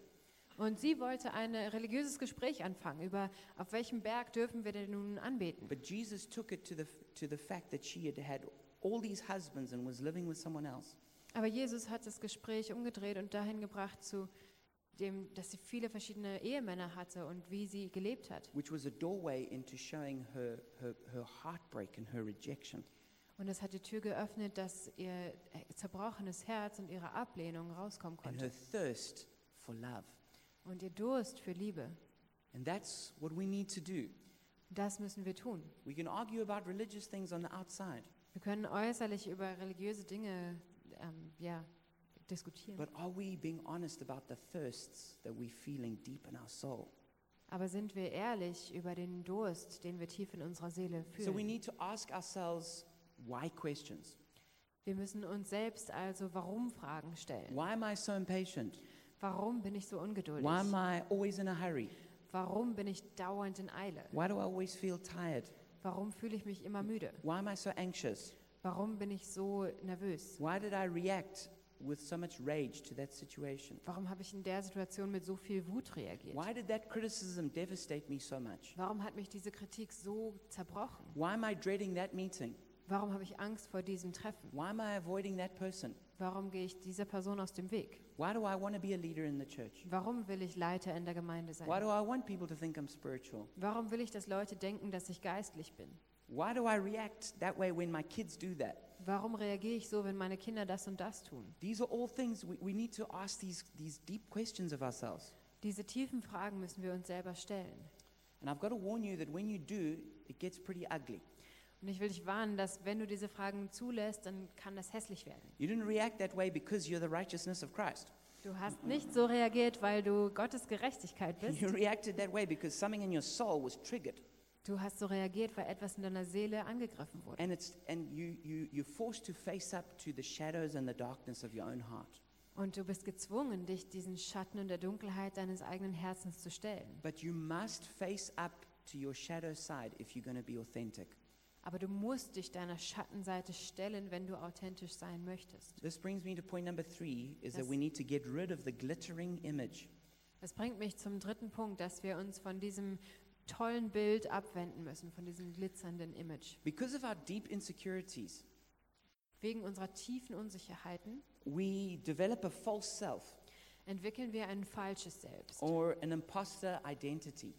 S2: und sie wollte ein religiöses Gespräch anfangen über, auf welchem Berg dürfen wir denn nun anbeten.
S1: But Jesus took it to the, to the fact that she had had all these husbands and was living with someone else.
S2: Aber Jesus hat das Gespräch umgedreht und dahin gebracht zu dem, dass sie viele verschiedene Ehemänner hatte und wie sie gelebt hat.
S1: which was a doorway into showing her, her, her heartbreak and her rejection.
S2: Und das hat die Tür geöffnet, dass ihr zerbrochenes Herz und ihre Ablehnung rauskommen
S1: and her
S2: konnte
S1: thirst for love.
S2: und ihr Durst für Liebe.
S1: And that's what we need to do.
S2: Das müssen wir tun.
S1: We can argue about religious things on the outside,
S2: Wir können äußerlich über religiöse Dinge ähm, ja, diskutieren.
S1: but are we being honest about the thirsts that we're feeling deep in our soul?
S2: Aber sind wir ehrlich über den Durst, den wir tief in unserer Seele
S1: So we
S2: fühlen?
S1: need to ask ourselves why questions.
S2: Wir müssen uns selbst also Warum-Fragen stellen.
S1: Why am I so impatient?
S2: Warum bin ich so ungeduldig?
S1: Why am I always in a hurry?
S2: Warum bin ich dauernd in Eile?
S1: Why do I always feel tired?
S2: Warum fühle ich mich immer müde?
S1: Why am I so anxious?
S2: Warum bin ich so nervös?
S1: Why did I react with so much rage to that situation?
S2: Warum habe ich in der Situation mit so viel Wut reagiert?
S1: Why did that criticism devastate me so much?
S2: Warum hat mich diese Kritik so zerbrochen?
S1: Why am I dreading that meeting?
S2: Warum habe ich Angst vor diesem Treffen?
S1: Why am I avoiding that person?
S2: Warum gehe ich dieser Person aus dem Weg?
S1: Why do I want to be a leader in the church?
S2: Warum will ich Leiter in der Gemeinde sein?
S1: Why do I want people to think I'm spiritual?
S2: Warum will ich, dass Leute denken, dass ich geistlich bin?
S1: Why do I react that way when my kids do that?
S2: Warum reagiere ich so, wenn meine Kinder das und das tun?
S1: These are all things we, we need to ask these, these deep questions of ourselves.
S2: Diese tiefen Fragen müssen wir uns selber stellen.
S1: And I've got to warn you that when you do, it gets pretty ugly.
S2: Und ich will dich warnen, dass wenn du diese Fragen zulässt, dann kann das hässlich werden.
S1: You didn't react that way because you're the righteousness of Christ.
S2: Du hast nicht so reagiert, weil du Gottes Gerechtigkeit bist.
S1: You reacted that way because something in your soul was triggered.
S2: Du hast so reagiert, weil etwas in deiner Seele angegriffen wurde.
S1: And, it's, and you, you, you're forced to face up to the shadows and the darkness of your own heart.
S2: Und du bist gezwungen, dich diesen Schatten und der Dunkelheit deines eigenen Herzens zu stellen.
S1: But you must face up to your shadow side if you're going to be authentic.
S2: Aber du musst dich deiner Schattenseite stellen, wenn du authentisch sein möchtest.
S1: This brings me to point number three is that
S2: Yes.
S1: we need to get rid of the glittering image.
S2: Das bringt mich zum dritten Punkt, dass wir uns von diesem tollen Bild abwenden müssen, von diesem glitzernden Image.
S1: Because of our deep insecurities,
S2: Wegen unserer tiefen Unsicherheiten
S1: we develop a false self
S2: entwickeln wir ein falsches Selbst
S1: or an imposter identity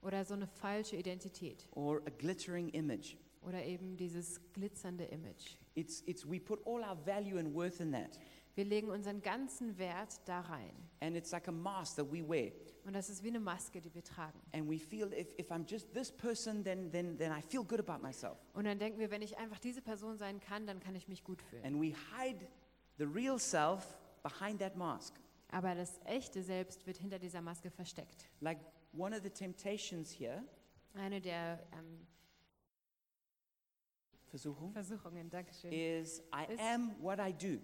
S2: oder so eine falsche Identität
S1: or a glittering image.
S2: oder eben dieses glitzernde Image.
S1: It's, it's, we put all our value and worth in that.
S2: Wir legen unseren ganzen Wert da rein.
S1: And it's like a mask that we wear.
S2: Und das ist wie eine Maske, die wir tragen.
S1: And we feel if, if I'm just this person, then, then, then I feel good about myself.
S2: Und dann denken wir, wenn ich einfach diese Person sein kann, dann kann ich mich gut fühlen.
S1: And we hide the real self behind that mask.
S2: Aber das echte Selbst wird hinter dieser Maske versteckt.
S1: Like one of the temptations here,
S2: Eine der ähm,
S1: Versuchung,
S2: Versuchungen, Dankeschön.
S1: is I
S2: Is-
S1: am what I do.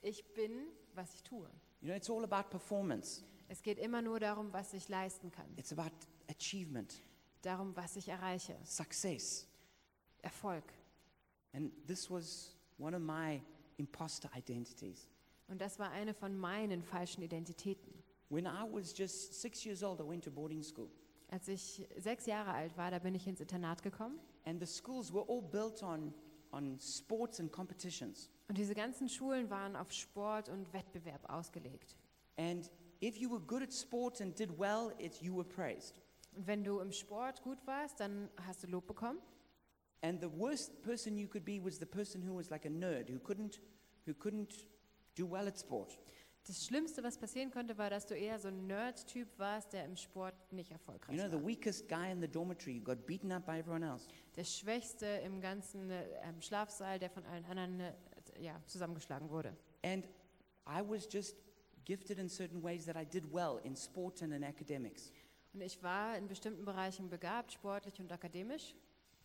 S2: Ich bin, was ich tue.
S1: You know, it's all about performance,
S2: Es geht immer nur darum, was ich leisten kann,
S1: it's about achievement,
S2: darum, was ich erreiche,
S1: success.
S2: Erfolg.
S1: And this was one of my imposter identities.
S2: Und das war eine von meinen falschen Identitäten.
S1: When I was just six years old, I went to boarding school.
S2: Als ich sechs Jahre alt war, da bin ich ins Internat gekommen.
S1: And the schools were all built on, on sports and competitions.
S2: Und diese ganzen Schulen waren auf Sport und Wettbewerb ausgelegt.
S1: And if you were good at sport and did well, it, you were praised.
S2: Und wenn du im Sport gut warst, dann hast du Lob bekommen.
S1: And the worst person you could be was the person who was like a nerd, who couldn't, who couldn't do well at sport.
S2: Das Schlimmste, was passieren konnte, war, dass du eher so ein Nerd-Typ warst, der im Sport nicht erfolgreich
S1: You know, the
S2: war.
S1: weakest guy in the dormitory who got beaten up by everyone else.
S2: Der Schwächste im ganzen äh, ähm, Schlafsaal, der von allen anderen äh, ja, zusammengeschlagen wurde.
S1: And I was just gifted in certain ways that I did well in sport and in academics.
S2: Und ich war in bestimmten Bereichen begabt, sportlich und akademisch.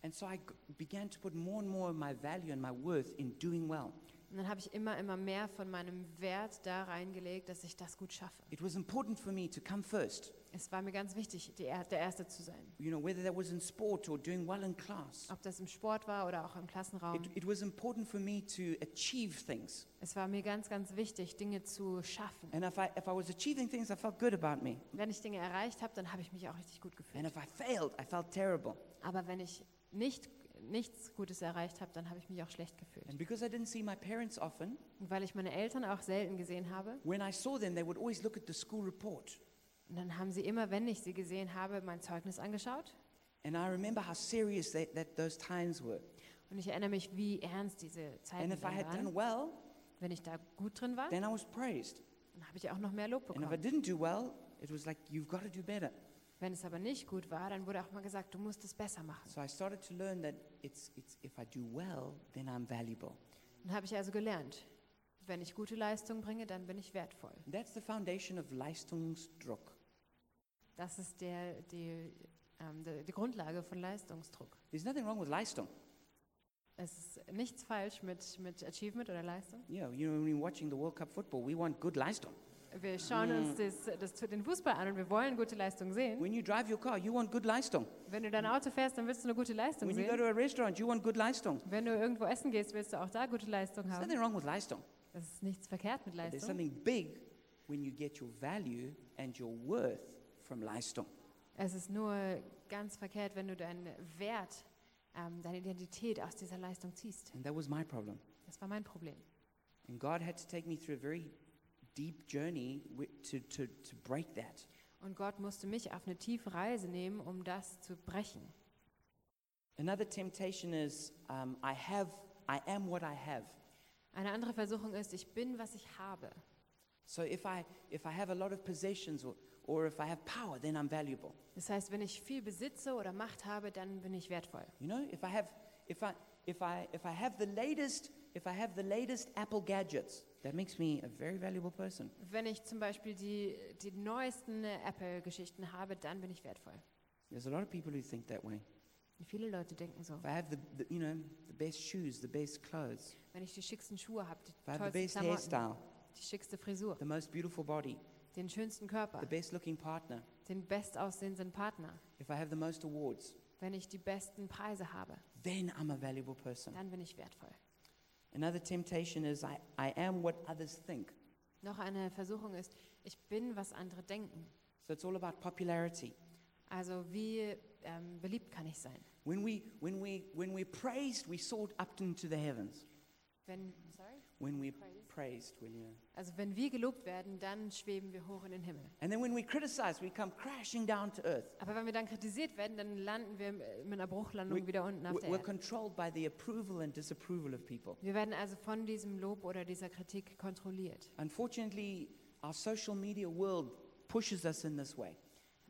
S1: And so I g- began to put more and more of my value and my worth in doing well.
S2: Und dann habe ich immer, immer mehr von meinem Wert da reingelegt, dass ich das gut schaffe.
S1: It was important for me to come first.
S2: Es war mir ganz wichtig, die, Er- der Erste zu sein.
S1: you know, whether that was in sport or doing well in class.
S2: Ob das im Sport war oder auch im Klassenraum.
S1: It, it was important for me to achieve things.
S2: Es war mir ganz, ganz wichtig, Dinge zu schaffen.
S1: And if I, if I was achieving things, I felt good about me.
S2: Wenn ich Dinge erreicht habe, dann habe ich mich auch richtig gut
S1: And
S2: gefühlt.
S1: if I failed, I felt terrible.
S2: Aber wenn ich nicht, nichts Gutes erreicht habe, dann habe ich mich auch schlecht gefühlt.
S1: And because I didn't see my parents often,
S2: Und weil ich meine Eltern auch selten gesehen habe,
S1: when I saw them, they would always look at the school report.
S2: und dann haben sie immer, wenn ich sie gesehen habe, mein Zeugnis angeschaut.
S1: And I remember how serious they, that those times were.
S2: Und ich erinnere mich, wie ernst diese Zeiten
S1: And if I
S2: dann
S1: had done
S2: waren.
S1: well,
S2: Wenn ich da gut drin war,
S1: then I was praised.
S2: dann habe ich auch noch mehr Lob
S1: And if I
S2: bekommen.
S1: didn't do well, it was like, you've got to do better.
S2: Wenn es aber nicht gut war, dann wurde auch mal gesagt, du musst es besser machen.
S1: So I started to learn that it's, it's, if I do well, then I'm valuable.
S2: Dann habe ich also gelernt, wenn ich gute Leistung bringe, dann bin ich wertvoll.
S1: That's the foundation of Leistungsdruck.
S2: Das ist der, die, ähm, die, die Grundlage von Leistungsdruck.
S1: There's nothing wrong with Leistung.
S2: Es ist nichts falsch mit, mit Achievement oder Leistung.
S1: You know, you know, when we're watching the World Cup football, we want good Leistung.
S2: Wir schauen
S1: Mm.
S2: uns das, das, den Fußball an und wir wollen gute Leistung sehen.
S1: When you drive your car, you want good Leistung.
S2: Wenn du dein Auto fährst, dann willst du eine gute Leistung
S1: When you go
S2: sehen.
S1: to a restaurant, you want good Leistung.
S2: Wenn du irgendwo essen gehst, willst du auch da gute Leistung
S1: There's
S2: haben.
S1: nothing wrong with Leistung.
S2: Es ist nichts verkehrt mit
S1: But there's
S2: Uh-huh. Leistung.
S1: something big when you get your value and your worth from Leistung.
S2: Es ist nur ganz verkehrt, wenn du deinen Wert, ähm, deine Identität aus dieser Leistung ziehst.
S1: And that was my problem.
S2: Das war mein Problem.
S1: And God had to take me through a very deep journey wi- to, to, to break that.
S2: Und Gott musste mich auf eine tiefe Reise nehmen, um das zu brechen.
S1: Another temptation is um, I have I am what I have.
S2: Eine andere Versuchung ist, ich bin, was ich habe.
S1: So if I, if I have a lot of possessions or, or if I have power, then I'm valuable.
S2: Das heißt, wenn ich viel besitze oder Macht habe, dann bin ich wertvoll.
S1: You know, if I have, if I, if I, if I have the latest, if I have the latest Apple gadgets, that makes me a very valuable person.
S2: Wenn ich zum Beispiel die, die neuesten Apple-Geschichten habe, dann bin ich wertvoll.
S1: There's a lot of people who think that way.
S2: Und viele Leute denken so.
S1: If I have the, the you know, the best shoes, the best clothes,
S2: Wenn ich die schicksten Schuhe habe, die
S1: if I have the
S2: tollsten
S1: best hairstyle,
S2: Klamotten, die schickste Frisur,
S1: the most beautiful body,
S2: den schönsten Körper,
S1: the best looking partner,
S2: den bestaussehendsten Partner,
S1: if I have the most awards,
S2: wenn ich die besten Preise habe,
S1: then I'm a valuable person.
S2: dann bin ich wertvoll.
S1: Another temptation is I, I am what others think.
S2: Noch eine Versuchung ist, ich bin, was andere denken.
S1: So it's all about popularity.
S2: Also wie ähm, beliebt kann ich sein?
S1: When we when we when we're praised, we soar up into the heavens.
S2: Wenn, sorry?
S1: When we're
S2: Praised.
S1: praised, when you
S2: Also wenn wir gelobt werden, dann schweben wir hoch in den Himmel.
S1: and then when we criticize, we come crashing down to earth.
S2: Aber wenn wir dann kritisiert werden, dann landen wir mit einer Bruchlandung
S1: We-
S2: wieder unten auf
S1: We're
S2: der
S1: we're
S2: Erde.
S1: controlled by the approval and disapproval of people.
S2: Wir werden also von diesem Lob oder dieser Kritik kontrolliert.
S1: Unfortunately, our social media world pushes us in this way.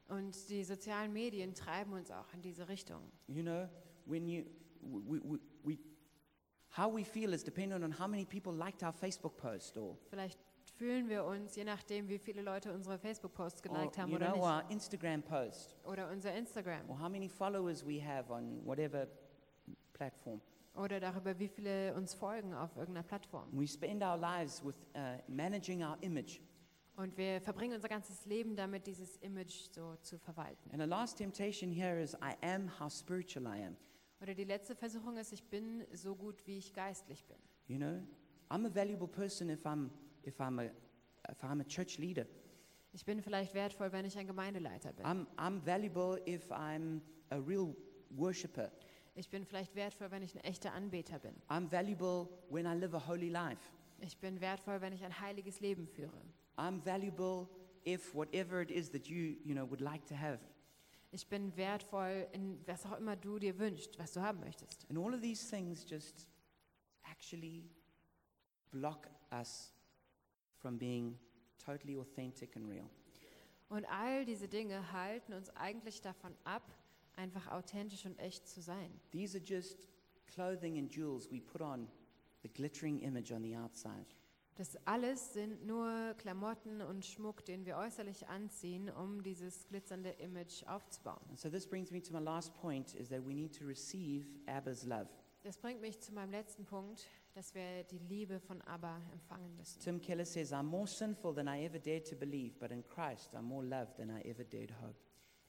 S2: Und die sozialen Medien treiben uns auch in diese Richtung.
S1: You know, when you we, we, we how we feel is dependent on how many people liked our Facebook post or
S2: Vielleicht fühlen wir uns, je nachdem, wie viele Leute unsere Facebook-Posts
S1: or,
S2: geliked haben
S1: Oh, you
S2: oder
S1: know,
S2: nicht.
S1: our Instagram post.
S2: Oder unser Instagram.
S1: or how many followers we have on whatever platform.
S2: Oder darüber, wie viele uns folgen auf irgendeiner Plattform.
S1: We spend our lives with uh, managing our image.
S2: Und wir verbringen unser ganzes Leben damit, dieses Image so zu verwalten.
S1: And the last temptation here is I am how spiritual I am.
S2: Oder die letzte Versuchung ist, ich bin so gut, wie ich geistlich bin.
S1: You know, I'm a valuable person if I'm if I'm a if I'm a church leader.
S2: Ich bin vielleicht wertvoll, wenn ich ein Gemeindeleiter bin.
S1: I'm I'm valuable if I'm a real worshiper.
S2: Ich bin vielleicht wertvoll, wenn ich ein echter Anbeter bin.
S1: I'm valuable when I live a holy life.
S2: Ich bin wertvoll, wenn ich ein heiliges Leben führe.
S1: I'm valuable if whatever it is that you you know would like to have.
S2: Ich bin wertvoll in was auch immer du dir wünschst, was du haben möchtest.
S1: And all of these things just actually block us from being totally authentic and real.
S2: Und all diese Dinge halten uns eigentlich davon ab, einfach authentisch und echt zu sein.
S1: These are just clothing and jewels we put on the glittering image on the outside.
S2: Das alles sind nur Klamotten und Schmuck, den wir äußerlich anziehen, um dieses glitzernde Image aufzubauen.
S1: And so this brings me to my last point is that we need to receive Abba's love.
S2: Das bringt mich zu meinem letzten Punkt, dass wir die Liebe von Abba empfangen müssen.
S1: Tim Keller says, I'm more sinful than I ever dared to believe, but in Christ I'm more loved than I ever dared hope.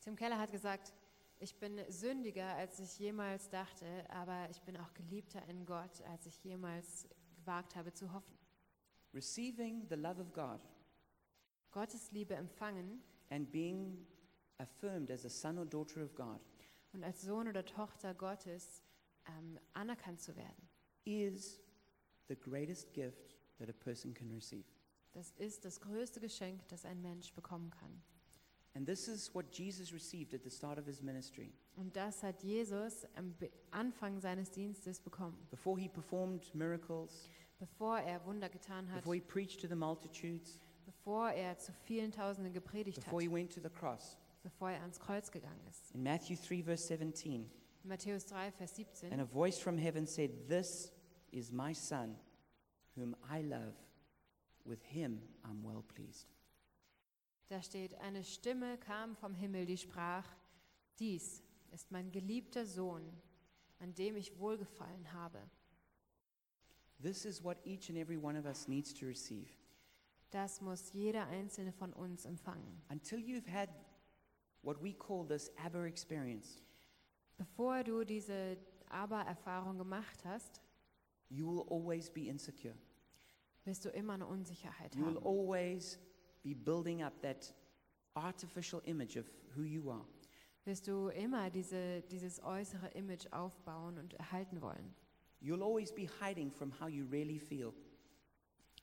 S2: Tim Keller hat gesagt, ich bin sündiger, als ich jemals dachte, aber ich bin auch geliebter in Gott, als ich jemals gewagt habe zu hoffen.
S1: Receiving the love of God
S2: Gottes Liebe empfangen
S1: and being affirmed as a son or daughter of God
S2: und als Sohn oder Tochter Gottes ähm, anerkannt zu werden,
S1: is the greatest gift that a person can receive.
S2: das ist das größte Geschenk, das ein Mensch bekommen kann.
S1: And this is what Jesus received at the start of his ministry.
S2: Und das hat Jesus am Be- Anfang seines Dienstes bekommen,
S1: Before he performed miracles,
S2: bevor er Wunder getan hat,
S1: before he preached to the multitudes,
S2: bevor er zu vielen Tausenden gepredigt
S1: before he
S2: hat,
S1: went to the cross.
S2: bevor er ans Kreuz gegangen ist.
S1: In Matthew 3, verse 17,
S2: In Matthäus 3, Vers 17.
S1: and a voice from heaven said, This is my son, whom I love. With him I'm well pleased.
S2: Da steht, eine Stimme kam vom Himmel, die sprach, dies ist mein geliebter Sohn, an dem ich wohlgefallen habe.
S1: This is what each and every one of us needs to receive.
S2: Das muss jeder einzelne von uns empfangen.
S1: Until you've had what we call this Abba experience,
S2: Bevor du diese Aber-Erfahrung gemacht hast,
S1: you will always be insecure.
S2: wirst du immer eine Unsicherheit
S1: You will
S2: haben.
S1: always be building up that artificial image of who you are.
S2: Wirst du immer diese, dieses äußere Image aufbauen und erhalten wollen.
S1: You'll always be hiding from how you really feel.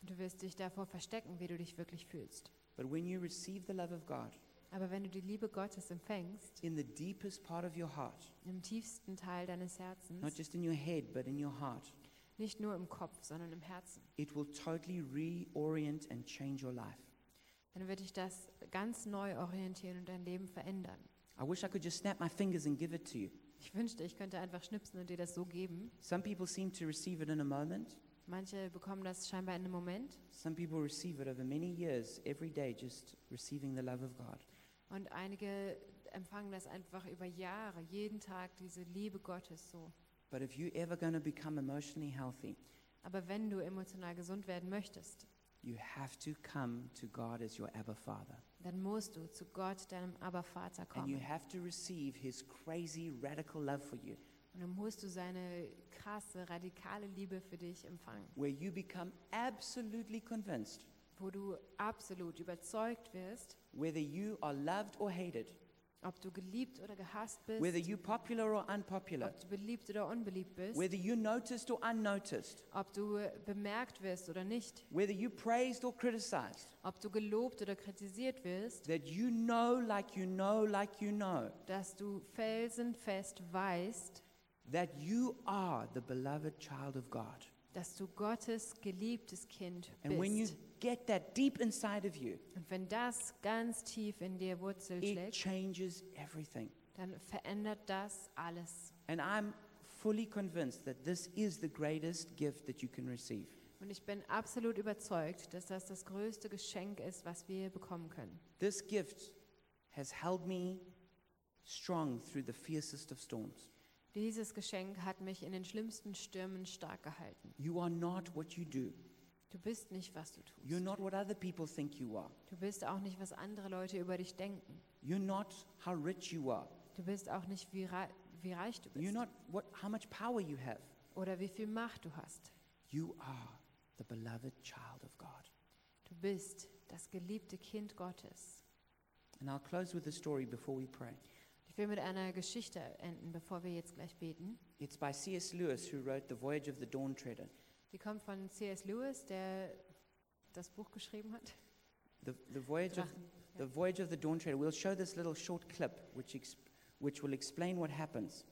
S2: Du wirst dich davor verstecken, wie du dich wirklich fühlst.
S1: But when you receive the love of God
S2: Aber wenn du die Liebe Gottes empfängst,
S1: in the deepest part of your heart,
S2: im tiefsten Teil deines
S1: not
S2: Herzens,
S1: just in your head, but in your heart,
S2: Nicht nur im Kopf, sondern im Herzen.
S1: It will totally reorient and change your life.
S2: Dann wird dich das ganz neu orientieren und dein Leben verändern.
S1: I wish I could just snap my fingers and give it to you.
S2: Ich wünschte, ich könnte einfach schnipsen und dir das so geben.
S1: Some people seem to receive it in a moment.
S2: Manche bekommen das scheinbar in einem Moment
S1: Some people receive it over many years, every day, just receiving the love of God.
S2: und einige empfangen das einfach über Jahre, jeden Tag diese Liebe Gottes so.
S1: But if you're ever going to become emotionally healthy,
S2: Aber wenn du emotional gesund werden möchtest,
S1: you have to come to God as your Abba Father.
S2: dann musst du zu Gott, deinem Abervater,
S1: And you
S2: kommen.
S1: have to receive His crazy, radical love for you,
S2: Und dann musst du seine krasse, radikale Liebe für dich empfangen,
S1: where you become absolutely convinced
S2: wo du absolut überzeugt wirst,
S1: whether you are loved or hated,
S2: ob du geliebt oder gehasst bist,
S1: whether you're popular or unpopular,
S2: ob du beliebt oder unbeliebt bist,
S1: whether you're noticed or unnoticed,
S2: ob du bemerkt wirst oder nicht,
S1: whether you're praised or criticized.
S2: ob du gelobt oder kritisiert wirst,
S1: That you know, like you know, like you know,
S2: dass du felsenfest weißt,
S1: that you are the beloved child of God.
S2: dass du Gottes geliebtes Kind
S1: And when you
S2: bist.
S1: get that deep inside of you,
S2: Und wenn das ganz tief in dir Wurzel
S1: it
S2: schlägt,
S1: changes everything.
S2: dann verändert das alles.
S1: And I'm fully convinced that this is the greatest gift that you can receive.
S2: Und ich bin absolut überzeugt, dass das das größte Geschenk ist, was wir bekommen können.
S1: This gift has held me strong through the fiercest of storms.
S2: Dieses Geschenk hat mich in den schlimmsten Stürmen stark gehalten.
S1: You are not what you do,
S2: Du bist nicht, was du
S1: you're
S2: tust.
S1: not what other people think you are,
S2: Du bist auch nicht, was andere Leute über dich denken.
S1: you're not how rich you are,
S2: Du bist auch nicht, wie, rei wie reich du
S1: you're
S2: bist
S1: not what, how much power you have.
S2: oder wie viel Macht du hast.
S1: You are the beloved child of God.
S2: Du bist das geliebte Kind Gottes.
S1: And I'll close with a story before we pray.
S2: Ich will mit einer Geschichte enden, bevor wir jetzt gleich beten.
S1: It's by C.S. Lewis, who wrote The Voyage of the Dawn Treader.
S2: Die kommt von C.S. Lewis, der das Buch geschrieben hat.
S1: The, the, voyage of,
S2: Drachen.
S1: the Voyage of the Dawn Treader. We'll show this little short clip, which, exp- which will explain what happens.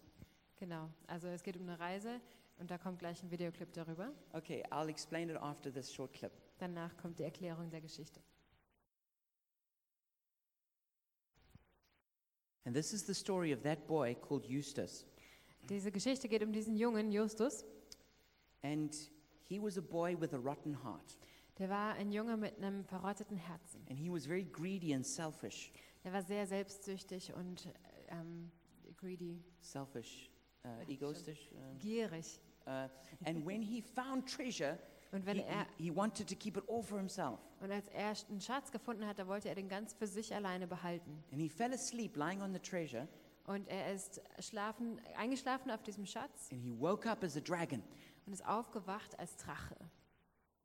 S2: Genau, also es geht um eine Reise und da kommt gleich ein Videoclip darüber.
S1: Okay, I'll explain it after this short clip.
S2: Danach kommt die Erklärung der Geschichte.
S1: And this is the story of that boy called Eustace.
S2: Diese Geschichte geht um diesen Jungen, Justus.
S1: And he was a boy with a rotten heart.
S2: Der war ein Junge mit einem verrotteten Herzen.
S1: And he was very greedy and selfish.
S2: Der war sehr selbstsüchtig und äh, ähm, greedy,
S1: Selfish, uh,
S2: Yeah, sure.
S1: egoistisch. um,
S2: gierig.
S1: uh, and when he found treasure,
S2: Und wenn
S1: he,
S2: er
S1: he- he wanted to keep it all for himself.
S2: und als er einen Schatz gefunden hat, da wollte er den ganz für sich alleine behalten.
S1: And he fell asleep lying on the treasure,
S2: Und er ist schlafen, eingeschlafen auf diesem Schatz
S1: and he woke up as a dragon.
S2: und ist aufgewacht als Drache.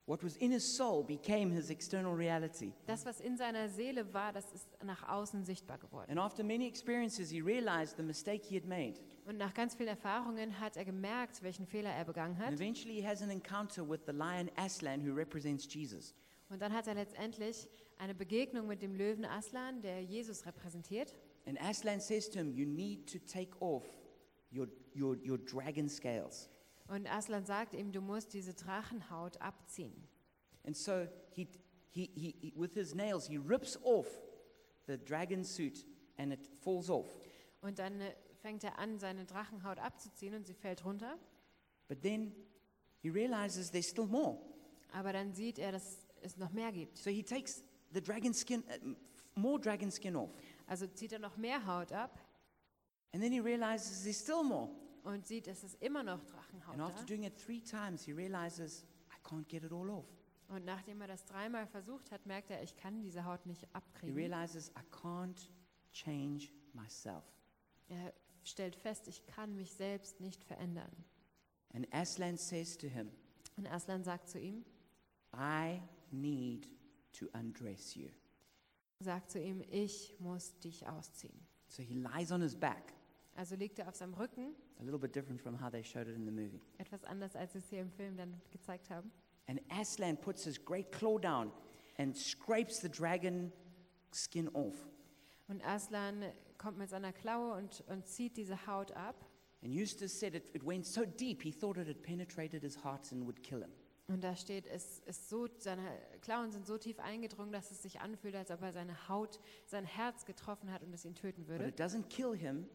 S1: What was in his soul became his external reality.
S2: Das, was in seiner Seele war, das ist nach außen sichtbar geworden.
S1: And after many experiences, he realized the mistake he had made.
S2: Und nach ganz vielen Erfahrungen hat er gemerkt, welchen Fehler er begangen
S1: And
S2: hat.
S1: eventually, he has an encounter with the lion Aslan, who represents Jesus.
S2: Und dann hat er letztendlich eine Begegnung mit dem Löwen Aslan, der Jesus repräsentiert.
S1: And Aslan says to him, You need to take off your, your, your dragon scales.
S2: Und Aslan sagt ihm, du musst diese Drachenhaut abziehen.
S1: And so, he, he, he, he- with his nails, he rips off the dragon suit, and it falls off.
S2: Und dann äh, fängt er an, seine Drachenhaut abzuziehen und sie fällt runter.
S1: But then he realizes there's still more.
S2: Aber dann sieht er, dass es noch mehr gibt.
S1: So he takes the dragon skin, uh, m- more dragon skin off.
S2: Also zieht er noch mehr Haut ab
S1: And then he realizes there's still more.
S2: und sieht, es ist immer noch
S1: And
S2: Drachenhaut
S1: after
S2: da.
S1: doing it three times, he realizes, I can't get it all off.
S2: Und nachdem er das dreimal versucht hat, merkt er, ich kann diese Haut nicht
S1: He
S2: abkriegen.
S1: realizes, I can't change myself.
S2: Er stellt fest, ich kann mich selbst nicht verändern.
S1: And Aslan says to him,
S2: Und Aslan sagt zu ihm,
S1: I need to undress you.
S2: sagt zu ihm, ich muss dich ausziehen.
S1: So he lies on his back,
S2: Also liegt er auf seinem Rücken,
S1: a little bit different from how they showed it in the movie.
S2: etwas anders, als sie es hier im Film dann gezeigt haben.
S1: And Aslan puts his great claw down and scrapes the dragon skin off.
S2: Und Aslan kommt mit seiner Klaue und, und zieht diese Haut ab.
S1: And Eustace said it, it went so deep, he thought it had penetrated his heart and would kill him.
S2: Und da steht, es ist so, seine Klauen sind so tief eingedrungen, dass es sich anfühlt, als ob er seine Haut, sein Herz getroffen hat und es ihn töten
S1: But
S2: würde.
S1: it doesn't kill him.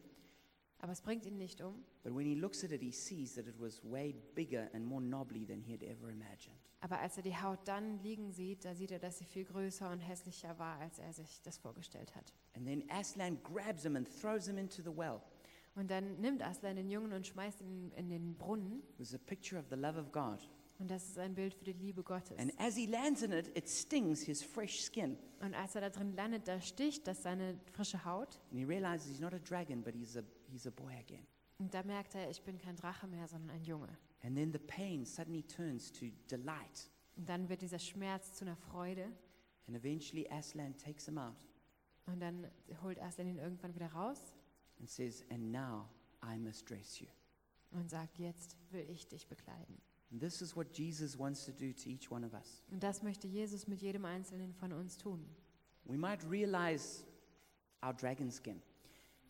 S2: Aber es bringt ihn nicht um.
S1: But when he looks at it, he sees that it was way bigger and more knobbly than he had ever imagined.
S2: Aber als er die Haut dann liegen sieht, da sieht er, dass sie viel größer und hässlicher war, als er sich das vorgestellt hat.
S1: And then Aslan grabs him and throws him into the well.
S2: Und dann nimmt Aslan den Jungen und schmeißt ihn in den Brunnen.
S1: It was a picture of the love of God.
S2: Und das ist ein Bild für die Liebe Gottes.
S1: And as he lands in it, it stings his fresh skin.
S2: Und als er da drin landet, da sticht das seine frische Haut.
S1: And he realizes he's not a dragon, but he's a, he's a boy again.
S2: Und da merkt er, ich bin kein Drache mehr, sondern ein Junge.
S1: And then the pain suddenly turns to delight.
S2: Und dann wird dieser Schmerz zu einer Freude.
S1: And eventually Aslan takes him out
S2: Und dann holt Aslan ihn irgendwann wieder raus
S1: and says, And now I must dress you.
S2: und sagt, jetzt will ich dich bekleiden.
S1: And this is what Jesus wants to do to each one of us.
S2: Und das möchte Jesus mit jedem Einzelnen von uns tun.
S1: We might realize our dragon skin,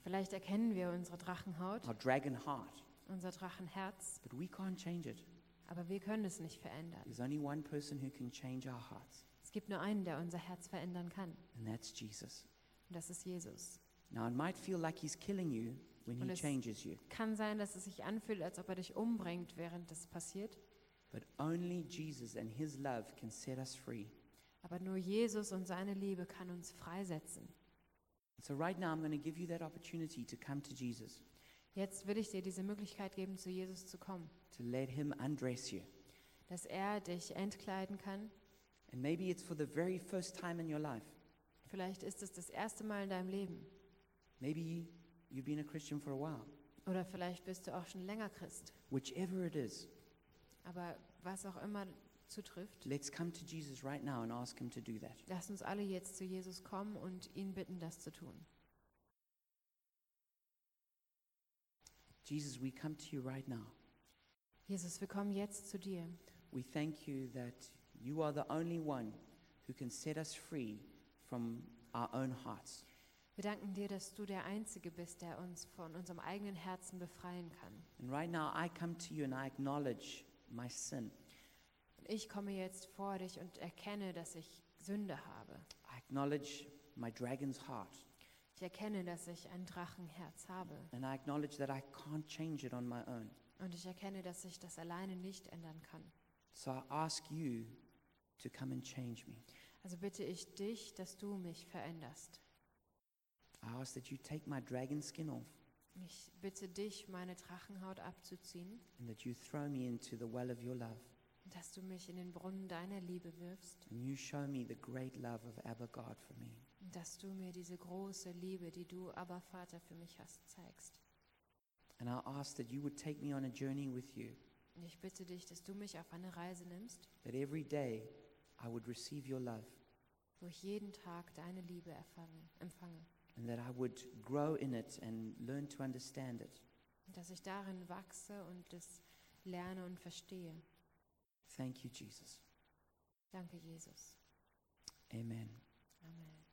S2: Vielleicht erkennen wir unsere Drachenhaut,
S1: our dragon heart,
S2: unser Drachenherz,
S1: but we can't change it.
S2: aber wir können es nicht verändern.
S1: There's only one person who can change our hearts,
S2: Es gibt nur einen, der unser Herz verändern kann,
S1: and that's Jesus.
S2: und das ist Jesus.
S1: Now, it might feel like he's killing you when
S2: Und
S1: he
S2: es-
S1: changes you,
S2: Kann sein, dass es sich anfühlt, als ob er dich umbringt, während das passiert,
S1: but only Jesus and his love can set us free.
S2: aber nur Jesus und seine Liebe kann uns freisetzen.
S1: So, right now, I'm going to give you that opportunity to come to Jesus,
S2: Jetzt will ich dir diese Möglichkeit geben, zu Jesus zu kommen,
S1: to let him undress you.
S2: dass er dich entkleiden kann.
S1: And maybe it's for the very first time in your life.
S2: Vielleicht ist es das erste Mal in deinem Leben
S1: Maybe you've been a Christian for a while.
S2: oder vielleicht bist du auch schon länger Christ.
S1: Whichever it is,
S2: Aber was auch immer zutrifft,
S1: let's come to Jesus right now and ask him to do that.
S2: Lass uns alle jetzt zu Jesus kommen und ihn bitten, das zu tun.
S1: Jesus, we come to you right now.
S2: Jesus, wir kommen jetzt zu dir.
S1: We thank you that you are the only one who can set us free from our own hearts.
S2: Wir danken dir, dass du der Einzige bist, der uns von unserem eigenen Herzen befreien kann.
S1: And right now, I come to you and I acknowledge my sin.
S2: Und ich komme jetzt vor dich und erkenne, dass ich Sünde habe.
S1: I acknowledge my dragon's heart.
S2: Ich erkenne, dass ich ein Drachenherz habe.
S1: And I acknowledge that I can't change it on my own.
S2: Und ich erkenne, dass ich das alleine nicht ändern kann.
S1: So I ask you to come and change me.
S2: Also bitte ich dich, dass du mich veränderst.
S1: I ask that you take my dragon skin off
S2: Ich bitte dich, meine Drachenhaut abzuziehen
S1: and that you throw me into the well of your love.
S2: und dass du mich in den Brunnen deiner Liebe wirfst.
S1: And you show me the great love of Abba God for me.
S2: dass du mir diese große Liebe, die du aber Vater für mich hast, zeigst.
S1: And I ask that you would take me on a journey with you,
S2: Und ich bitte dich, dass du mich auf eine Reise nimmst,
S1: that every day I would receive your love
S2: wo ich jeden Tag deine Liebe erfange, empfange.
S1: and that I would grow in it and learn to understand it.
S2: Und dass ich darin wachse und es lerne und verstehe.
S1: Thank you, Jesus.
S2: Danke, Jesus.
S1: Amen.
S2: Amen.